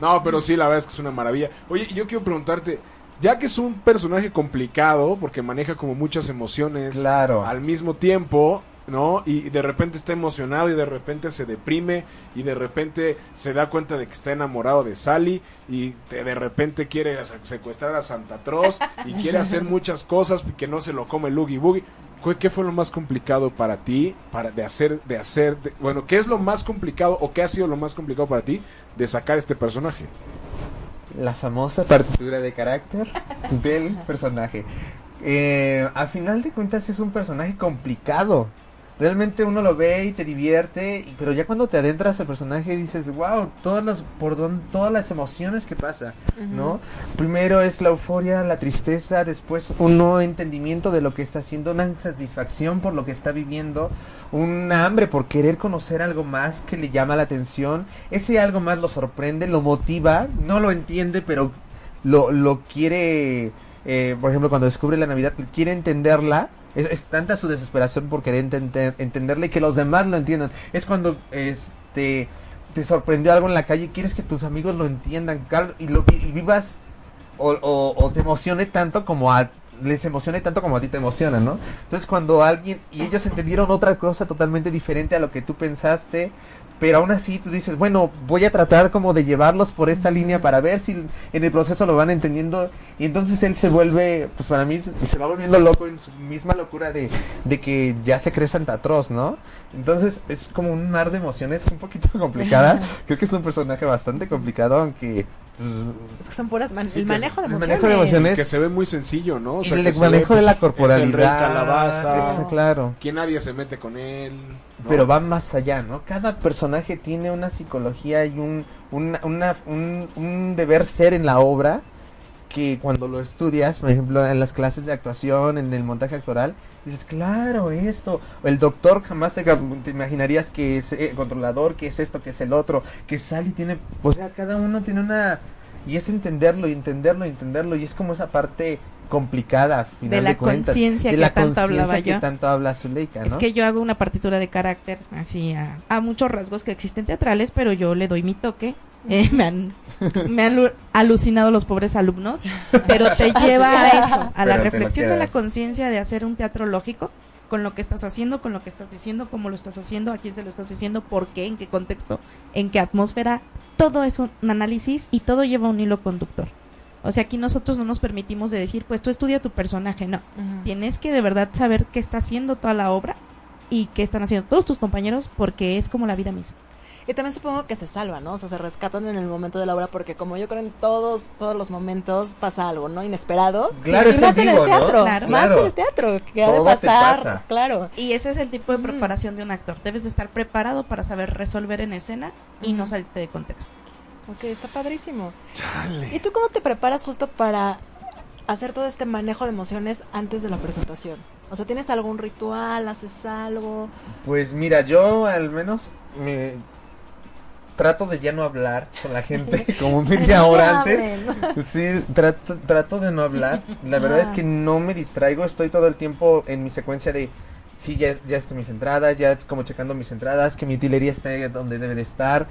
No, pero sí, la verdad es que es una maravilla. Oye, yo quiero preguntarte, ya que es un personaje complicado, porque maneja como muchas emociones Claro. al mismo tiempo, ¿no? Y de repente está emocionado y de repente se deprime y de repente se da cuenta de que está enamorado de Sally y te- de repente quiere se- secuestrar a Santa Troz y quiere hacer muchas cosas que no se lo come el Oogie Boogie. ¿Cu- ¿Qué fue lo más complicado para ti para de hacer, de hacer, de- bueno, qué es lo más complicado o qué ha sido lo más complicado para ti de sacar este personaje? La famosa partitura de carácter del personaje. Eh, a final de cuentas es un personaje complicado. Realmente uno lo ve y te divierte, y- pero ya cuando te adentras al personaje dices, wow, todas las, por don- todas las emociones que pasa, ¿no? Primero es la euforia, la tristeza, después un no entendimiento de lo que está haciendo, una insatisfacción por lo que está viviendo, una hambre por querer conocer algo más que le llama la atención. Ese algo más lo sorprende, lo motiva, no lo entiende, pero lo, lo quiere, eh, por ejemplo, cuando descubre la Navidad, quiere entenderla. Es, es tanta su desesperación por querer entender, entenderla y que los demás lo entiendan. Es cuando este te sorprendió algo en la calle y quieres que tus amigos lo entiendan cal- y, lo, y vivas o, o- o te emocione tanto como a les emocione tanto como a ti te emociona, ¿no? Entonces cuando alguien y ellos entendieron otra cosa totalmente diferente a lo que tú pensaste, pero aún así tú dices, bueno, voy a tratar como de llevarlos por esta línea para ver si en el proceso lo van entendiendo. Y entonces él se vuelve, pues para mí, se va volviendo loco en su misma locura de, de que ya se cree Santa Troz, ¿no? Entonces es como un mar de emociones un poquito complicada. Creo que es un personaje bastante complicado, aunque... pues, Es que son puras. man- Sí, el que es- manejo de el emociones. manejo de emociones. Que se ve muy sencillo, ¿no? O el que se ve, manejo pues, de la es el rey corporalidad. calabaza. eso, claro. que nadie se mete con él. ¿no? Pero va más allá, ¿no? Cada personaje tiene una psicología y un, una- una- un, un deber ser en la obra que cuando lo estudias, por ejemplo, en las clases de actuación, en el montaje actoral, dices, claro, esto, o el doctor jamás te, te imaginarías que es eh, controlador, que es esto, que es el otro, que sale y tiene, o sea, cada uno tiene una... Y es entenderlo, y entenderlo, y entenderlo, y es como esa parte complicada, a final la cuentas, conciencia de que la tanto hablaba conciencia que yo. tanto habla Zuleika, ¿no? Es que yo hago una partitura de carácter, así a, a muchos rasgos que existen teatrales, pero yo le doy mi toque. Eh, me han, me han lu- alucinado los pobres alumnos, pero te lleva a eso, Pero a te la lo reflexión de quedas. la conciencia de hacer un teatro lógico con lo que estás haciendo, con lo que estás diciendo, cómo lo estás haciendo, a quién se lo estás diciendo, por qué, en qué contexto, en qué atmósfera. Todo es un análisis y todo lleva un hilo conductor. O sea, aquí nosotros no nos permitimos de decir, pues tú estudia tu personaje, no Ujú. tienes que de verdad saber qué está haciendo toda la obra y qué están haciendo todos tus compañeros porque es como la vida misma. Y también supongo que se salvan, ¿no? O sea, se rescatan en el momento de la obra porque como yo creo en todos todos los momentos pasa algo, ¿no? Inesperado. Claro, y es más en en vivo, el ¿no? teatro, Claro. más Claro. en el teatro que ha de Todo te pasar, pasa. claro. Y ese es el tipo de Mm. preparación de un actor. Debes de estar preparado para saber resolver en escena y no Ujú. salirte de contexto. Ok, está padrísimo. ¿Y tú cómo te preparas justo para hacer todo este manejo de emociones antes de la presentación? O sea, ¿tienes algún ritual? ¿Haces algo? Pues mira, yo al menos me trato de ya no hablar con la gente como media hora antes. Abren. Sí, trato, trato de no hablar. La verdad es que no me distraigo, estoy todo el tiempo en mi secuencia de, sí, ya, ya están mis entradas, ya es como checando mis entradas, que mi utilería esté donde debe de estar.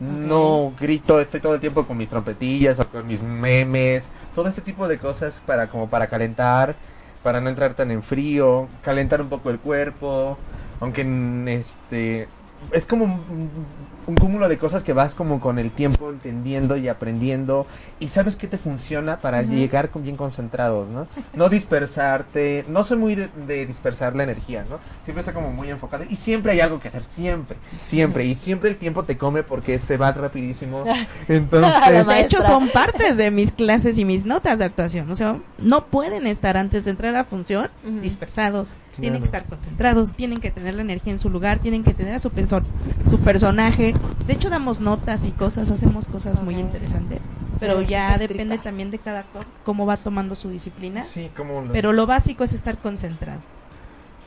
No grito, estoy todo el tiempo con mis trompetillas o con mis memes, todo este tipo de cosas para como para calentar, para no entrar tan en frío, calentar un poco el cuerpo, aunque mm, este es como un, un cúmulo de cosas que vas como con el tiempo entendiendo y aprendiendo y sabes qué te funciona para llegar con bien concentrados, ¿no? No dispersarte, no soy muy de, de dispersar la energía, ¿no? Siempre está como muy enfocado y siempre hay algo que hacer, siempre, siempre y siempre el tiempo te come porque se va rapidísimo. Entonces, De hecho, maestra. son partes de mis clases y mis notas de actuación. O sea, no pueden estar antes de entrar a función Ujú. dispersados. Tienen que Claro. estar concentrados, tienen que tener la energía en su lugar, tienen que tener a su, penso- su personaje. De hecho, damos notas y cosas, hacemos cosas muy Ok. interesantes. Sí, Pero sí, ya es estricta. depende también de cada actor cómo va tomando su disciplina. sí, como lo- Pero lo básico es estar concentrado.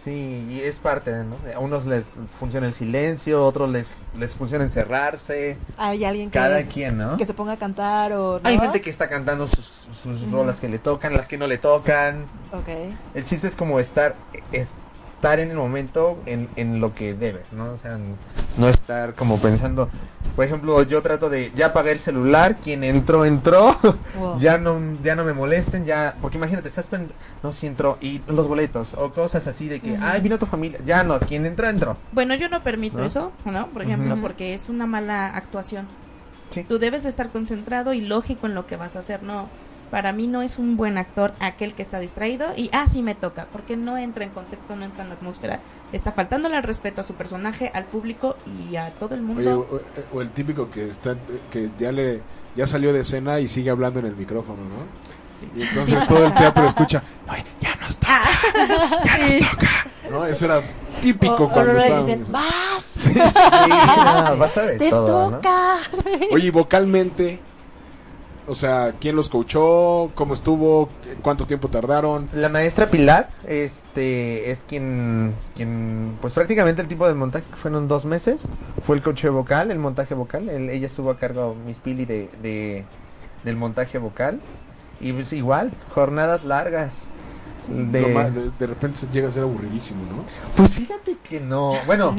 Sí, y es parte, ¿no? A unos les funciona el silencio, a otros les, les funciona encerrarse. Hay alguien que, Cada quien, ¿no? que se ponga a cantar o. ¿no? Hay gente que está cantando sus, sus Ujú. rolas que le tocan, las que no le tocan. Ok. El chiste es como estar estar en el momento en, en lo que debes, ¿no? O sea, n- no estar como pensando. Por ejemplo, yo trato de ya apagué el celular, quien entró entró, Wow. ya no ya no me molesten, ya porque imagínate, estás pen- no si entró y los boletos o cosas así de que, ay, vino tu familia, ya no, quien entró entró. Bueno, yo no permito ¿No? eso, ¿no? Por ejemplo, Ujú. porque es una mala actuación. Sí. Tú debes de estar concentrado y lógico en lo que vas a hacer, no. Para mí no es un buen actor aquel que está distraído y ah, sí me toca, porque no entra en contexto, no entra en atmósfera. Está faltándole al respeto a su personaje, al público y a todo el Oye, o, mundo. o- eh, o el típico que está que ya le ya salió de escena y sigue hablando en el micrófono, ¿no? Sí. Y entonces todo el teatro escucha, "Ay, ya no está, Ah, sí. ¿no? Eso era típico O- o cuando luego le estábamos- dicen, vas, Sí, no, vas a de te todo, ¿no? toca. Oye, y vocalmente, o sea, ¿quién los coachó? ¿Cómo estuvo? ¿Cuánto tiempo tardaron? La maestra Pilar, este, es quien, quien, pues prácticamente el tipo de montaje que fueron dos meses, fue el coche vocal, el montaje vocal, el- ella estuvo a cargo, Miss Pili, de, de- del montaje vocal, y pues igual, jornadas largas. De, Lo ma- de, de repente se llega a ser aburridísimo, ¿no? Pues fíjate que no, bueno,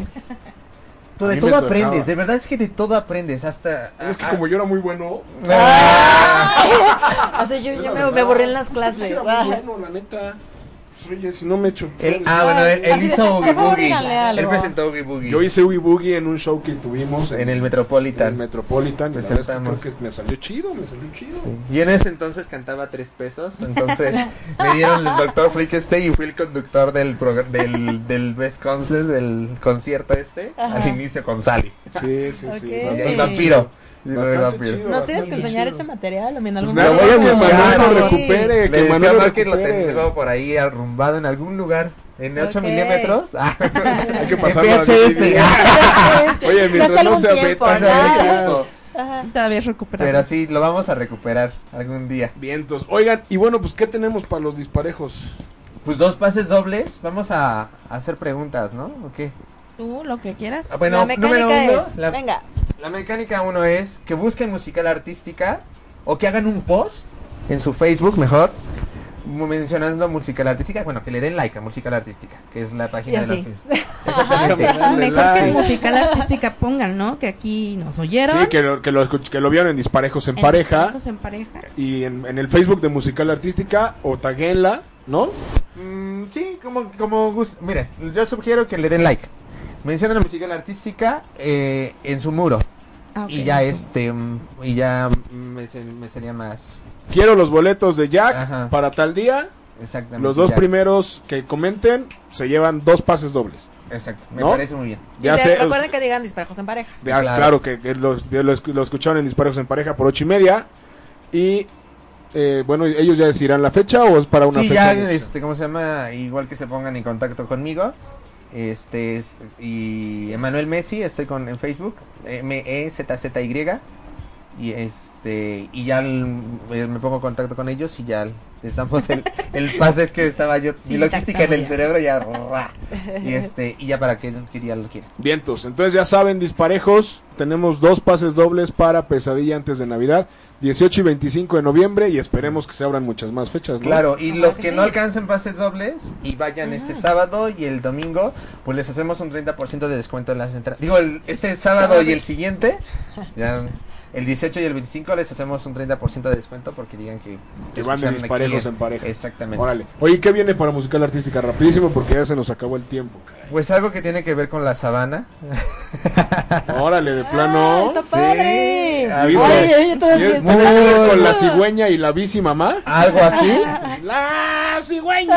tú A de mí todo me tocaba. aprendes, de verdad es que de todo aprendes, hasta... Es que ah, como yo era muy bueno, O sea, yo, Es yo la me, verdad. me borré en las clases. Ah. Era muy bueno, la neta. Pues, Oye, si no me echo. él, ah, bueno, él, él Así de, hizo por Oogie favor, Boogie, díganle algo. él presentó Oogie Boogie Yo hice Oogie Boogie en un show que tuvimos en el en el Metropolitan. Metropolitan. y la verdad es que Presentamos. creo que me salió chido, me salió chido. Y en ese entonces cantaba tres pesos, entonces me dieron el doctor Freak este y fui el conductor del progr- del, del Best Concert, del concierto este, Ajá. al inicio con Sally. Sí, sí, sí. Ok. Y el Pues bastante Pues vampiro. Y el Bastante vampiro. chido. Nos tienes que Bastante enseñar chido. ese material, o en Pues algún nada, voy a es que buscar, Manuel lo por favor. recupere, Le que decía Manuel a lo Mar que lo recupere. tengo por ahí arrumbado en algún lugar, en 8 Ok. milímetros. Ah, Hay que En pasarlo a VHS. DVD. Oye, mientras no sea beta, O sea, Ah. de tiempo. Todavía es recuperable. Pero sí, lo vamos a recuperar algún día. Vientos. Oigan, y bueno, pues ¿qué tenemos para los disparejos? Pues dos pases dobles, vamos a, a hacer preguntas, ¿no? ¿O qué? Tú lo que quieras. Ah, la mecánica uno, es, la- venga, La mecánica uno es que busquen musical artística o que hagan un post en su Facebook mejor mu- mencionando musical artística, bueno, que le den like a musical artística, que es la página Y de la así. Facebook. Dale Mejor que like. musical artística pongan, ¿no? Que aquí nos oyeron. Sí, que lo, que, lo escuch- que lo vieron en Disparejos en, En Pareja Disparejos En pareja. y en, en el Facebook de Musical Artística o taguenla, ¿no? Mm, sí, como como gust- mira, yo sugiero que le den like. Mencionen la musical artística eh, en su muro Ah, ok, y ya en su- este mm, y ya mm, me, se- me sería más Quiero los boletos de Jack Ajá. para tal día. exactamente. Los dos ya. primeros que comenten se llevan dos pases dobles. Exacto, me ¿No? parece muy bien. Y Ya le- sé. recuerden usted- que digan disparejos en pareja. ah, Claro. claro. que, que los- lo, esc- lo escucharon en Disparejos en Pareja por ocho y media. Y eh, bueno, ellos ya decidirán la fecha o es para una sí, fecha. ya, de- este, ¿cómo se llama? Igual que se pongan en contacto conmigo. Este es- y Emanuel Messi, estoy con en Facebook, M E Z Z Y y este y ya el- eh, me pongo en contacto con ellos y ya les damos el, el pase es que estaba yo Sí, mi logística en tactando el ya. cerebro ya ra. y este y ya para que, que ya lo quiera Vientos, entonces ya saben, disparejos, tenemos dos pases dobles para Pesadilla antes de Navidad, 18 y 25 de noviembre y esperemos que se abran muchas más fechas, ¿no? claro y Ajá, los que que sí. no alcancen pases dobles y vayan este sábado y el domingo pues les hacemos un 30% de descuento en las entradas digo el- este sábado y el siguiente ya, el 18 y el 25 les hacemos un 30% de descuento porque digan que Que van de escucharon disparejos aquí. en pareja. exactamente Órale. Oye, ¿qué viene para musical artística? Rapidísimo porque ya se nos acabó el tiempo. caray. pues algo que tiene que ver con la sabana Órale, de plano. ¡Está padre! Ah, Y Ay, dice, ay, ¿y entonces sí es- está tiene que ver padre. con la cigüeña y la bici mamá? algo así La cigüeña.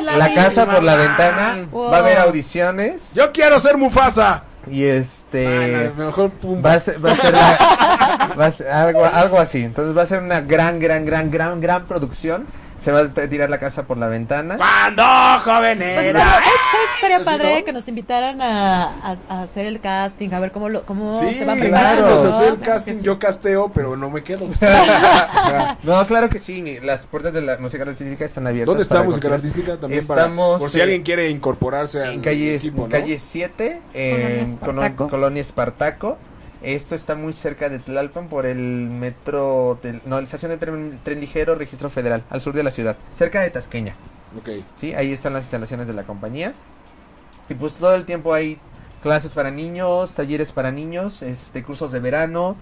y La casa bici por la mamá. ventana Wow. va a haber audiciones Yo quiero ser Mufasa. y este Ah, no, mejor pum. va a ser, va a ser la- va a ser algo algo así. Entonces va a ser una gran gran gran gran gran producción. Se va a tirar la casa por la ventana. ¿Cuándo, jóvenes? Pues, ¿sabes, ¿Sabes que estaría ¿Sí, padre no? que nos invitaran a, a- a hacer el casting? A ver cómo, lo, cómo Sí, Pues se va claro. preparando. Vamos a hacer ¿no? casting, yo casteo, pero no me quedo. No, claro que sí, mi- las puertas de la música artística están abiertas. ¿Dónde está para Musical cualquier- Artística? También para, Estamos, por si eh, alguien quiere incorporarse al En calle, equipo, en ¿no? calle 7, en Colonia Colo- Espartaco. Colonia Espartaco. Esto está muy cerca de Tlalpan por el metro, del- no, la estación de tren, tren ligero, registro federal, al sur de la ciudad, cerca de Tasqueña. Ok. ¿sí? Ahí están las instalaciones de la compañía. Y pues todo el tiempo hay clases para niños, talleres para niños, este, cursos de verano.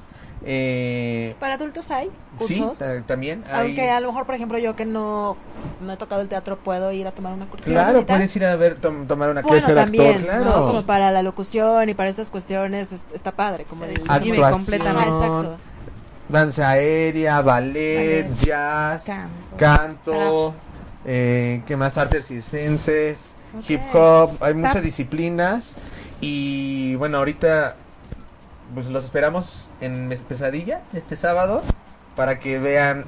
Eh, Para adultos hay sí, cursos. ta- también. Hay, Aunque a lo mejor, por ejemplo, yo que no, no he tocado el teatro, puedo ir a tomar una cursita. claro, puedes ir a ver, tom- tomar una bueno, clase. ser actor, también, claro. ¿no? Como para la locución y para estas cuestiones es- está padre, como Se dices. Actuación. describe Ajá, completamente. exacto. Danza aérea, ballet, Ballet, jazz, Canto. canto, eh, ¿qué más? Artes circenses, Ok. hip hop, hay muchas Tap. disciplinas. Y bueno, ahorita pues los esperamos en Mes- Pesadilla este sábado para que vean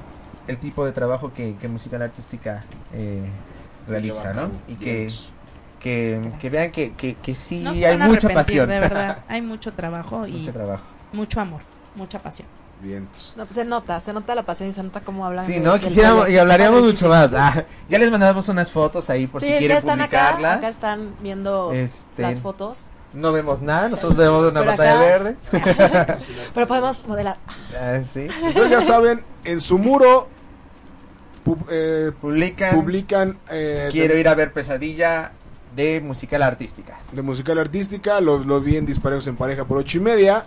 el tipo de trabajo que, que Musical Artística eh, realiza, ¿no? Y que, que, que vean que, que, que sí No se hay van a mucha arrepentir, pasión. De verdad, hay mucho trabajo y mucho trabajo. mucho amor, mucha pasión. Vientos. No, pues se nota, se nota la pasión y se nota cómo hablan. Sí, de- no, del quisiéramos, talento. y hablaríamos Está mucho más. Ah, ya les mandamos unas fotos ahí por padrísimo. si sí, ya quieren están acá, publicarlas. acá están viendo Este, las fotos, No vemos nada, nosotros vemos una Pero pantalla acá- verde. pero podemos modelar. Ah, sí. Entonces ya saben, en su muro pu- eh, Publican. publican eh, Quiero de, ir a ver Pesadilla de musical artística. de musical artística, los lo vi en Disparejos en Pareja por ocho y media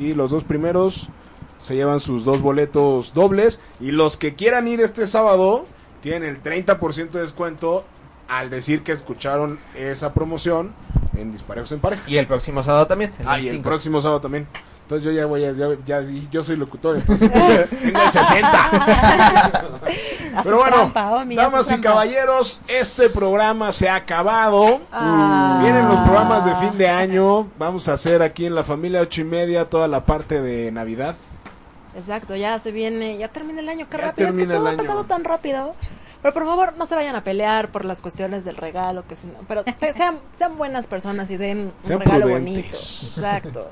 y los dos primeros se llevan sus dos boletos dobles y los que quieran ir este sábado tienen el 30% de descuento al decir que escucharon esa promoción en Disparejos en Pareja. Y el próximo sábado también. el Ah, y el 25. próximo sábado también. Entonces yo ya voy a, ya, ya di- yo soy locutor, entonces tengo el 60. Haces Pero bueno, trampa, Omi, damas haces y trampa. caballeros, este programa se ha acabado. Ah. Vienen los programas de fin de año. Vamos a hacer aquí en la familia ocho y media toda la parte de Navidad. Exacto, ya se viene, ya termina el año, qué Ya rápido, es que termina el todo ha año. pasado tan rápido. Pero por favor, no se vayan a pelear por las cuestiones del regalo, que si no- pero te- sean, sean buenas personas y den un Sean regalo prudentes. bonito. Exacto.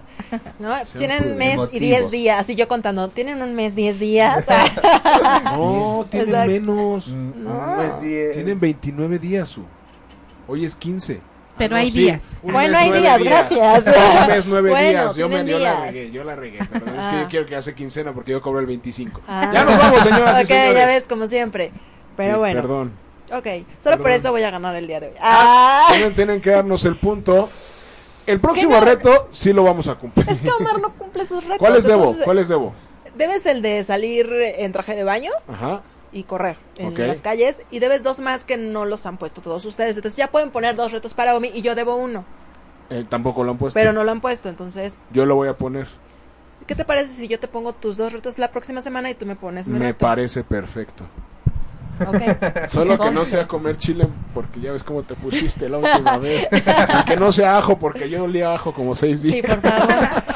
¿No? Sean Tienen mes y prudentes. 10 días, así yo contando, tienen un mes, 10 días. No, tienen Ah. Exacto. menos. Mm, No. pues, diez. Tienen 29 días. su. Hoy es 15. Pero no, hay sí, días. un Bueno, mes, hay nueve días, gracias. Un mes, nueve Bueno, días. Yo, me, tienen yo la días. regué, yo la regué. Perdón, es que Ah. yo quiero que hace quincena porque yo cobro el 25. Ah. Ya nos vamos, señoras y ok, señores. ya ves, como siempre. Pero Sí, bueno, Perdón. ok, solo por Perdón. eso voy a ganar el día de hoy. Ah. Tienen, tienen que darnos el punto. El próximo no? reto sí lo vamos a cumplir. Es que Omar no cumple sus retos. ¿Cuál es debo? entonces, ¿Cuál es debo? Debes el de salir en traje de baño Ajá. y correr en Ok. las calles. Y debes dos más que no los han puesto todos ustedes. Entonces ya pueden poner dos retos para Omi y yo debo uno. Eh, tampoco lo han puesto. Pero no lo han puesto. Entonces, Yo lo voy a poner. ¿qué te parece si yo te pongo tus dos retos la próxima semana y tú me pones mi Me reto? parece perfecto. Ok. Solo que no Entonces- sea comer chile porque ya ves cómo te pusiste la última vez. Y que no sea ajo, porque yo olía a ajo como seis días. Sí, por favor.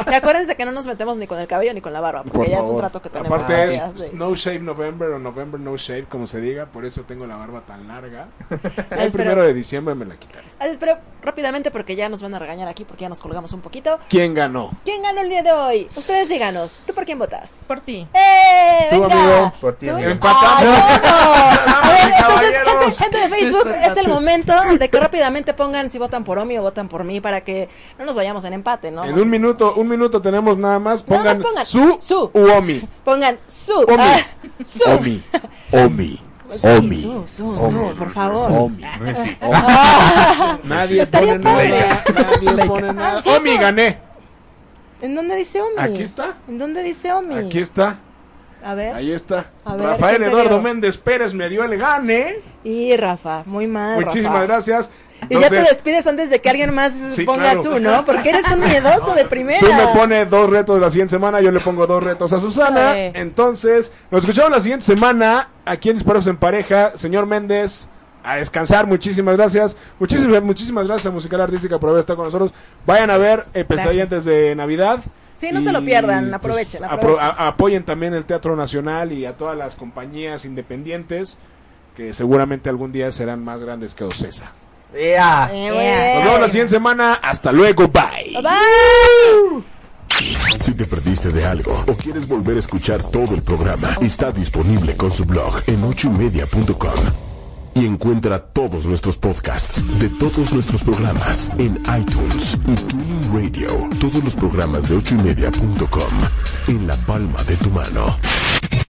Y acuérdense que no nos metemos ni con el cabello ni con la barba, porque Por ya es un favor. trato que tenemos. Aparte es todos los días, sí. No Shave November o November No Shave, como se diga, por eso tengo la barba tan larga. Ay, El espero- primero de diciembre me la quitaré. Así es, pero rápidamente porque ya nos van a regañar aquí porque ya nos colgamos un poquito. ¿Quién ganó? ¿Quién ganó el día de hoy? Ustedes díganos. ¿Tú por quién votas? Por ti. ¡Eh! Tú, ¡Venga! amigo, por ti, ¿Tú? amigo. Empatamos. ¡Ay, bueno! A ver, entonces, gente, caballeros. gente de Facebook, es el momento de que rápidamente pongan si votan por Omi o votan por mí para que no nos vayamos en empate, ¿no? En un minuto, un minuto tenemos nada más. Nada más Pongan, pongan su, su. Uomi. Pongan su. Omi. ah, su. Omi. Omi. Sí, Omi. Su, su, su, por favor. Omi. Nadie Estaría pone nada. padre. Nadie pone nada. Sí, Omi, no. gané. ¿En dónde dice Omi? Aquí está. ¿En dónde dice Omi? Aquí está. A ver. Ahí está. A ver, Rafael ¿quién te Eduardo dio? Méndez Pérez me dio el gane. Y Rafa, muy mal. Muchísimas Ah, Rafa. gracias. Y ya te Entonces, despides antes de que alguien más Sí, ponga claro. su, ¿no? Porque eres un miedoso de primera. Su me pone dos retos la siguiente semana, yo le pongo dos retos a Susana. Eh. Entonces, nos escuchamos la siguiente semana aquí en Disparos en Pareja. Señor Méndez, a descansar, muchísimas gracias. Muchísimas, muchísimas gracias a Musical Artística por haber estado con nosotros. Vayan a ver eh, Pesadilla antes de Navidad. Sí, no se lo pierdan, aprovechen, pues, apro- aprovechen. a- apoyen también el Teatro Nacional y a todas las compañías independientes que seguramente algún día serán más grandes que Ocesa. ¡Ea! Eh, muy bien. Nos vemos la siguiente semana. Hasta luego. Bye. Bye, bye. Si te perdiste de algo o quieres volver a escuchar todo el programa, está disponible con su blog en ochoymedia.com. Y encuentra todos nuestros podcasts de todos nuestros programas en iTunes y Tuning Radio. Todos los programas de ochoymedia.com en la palma de tu mano.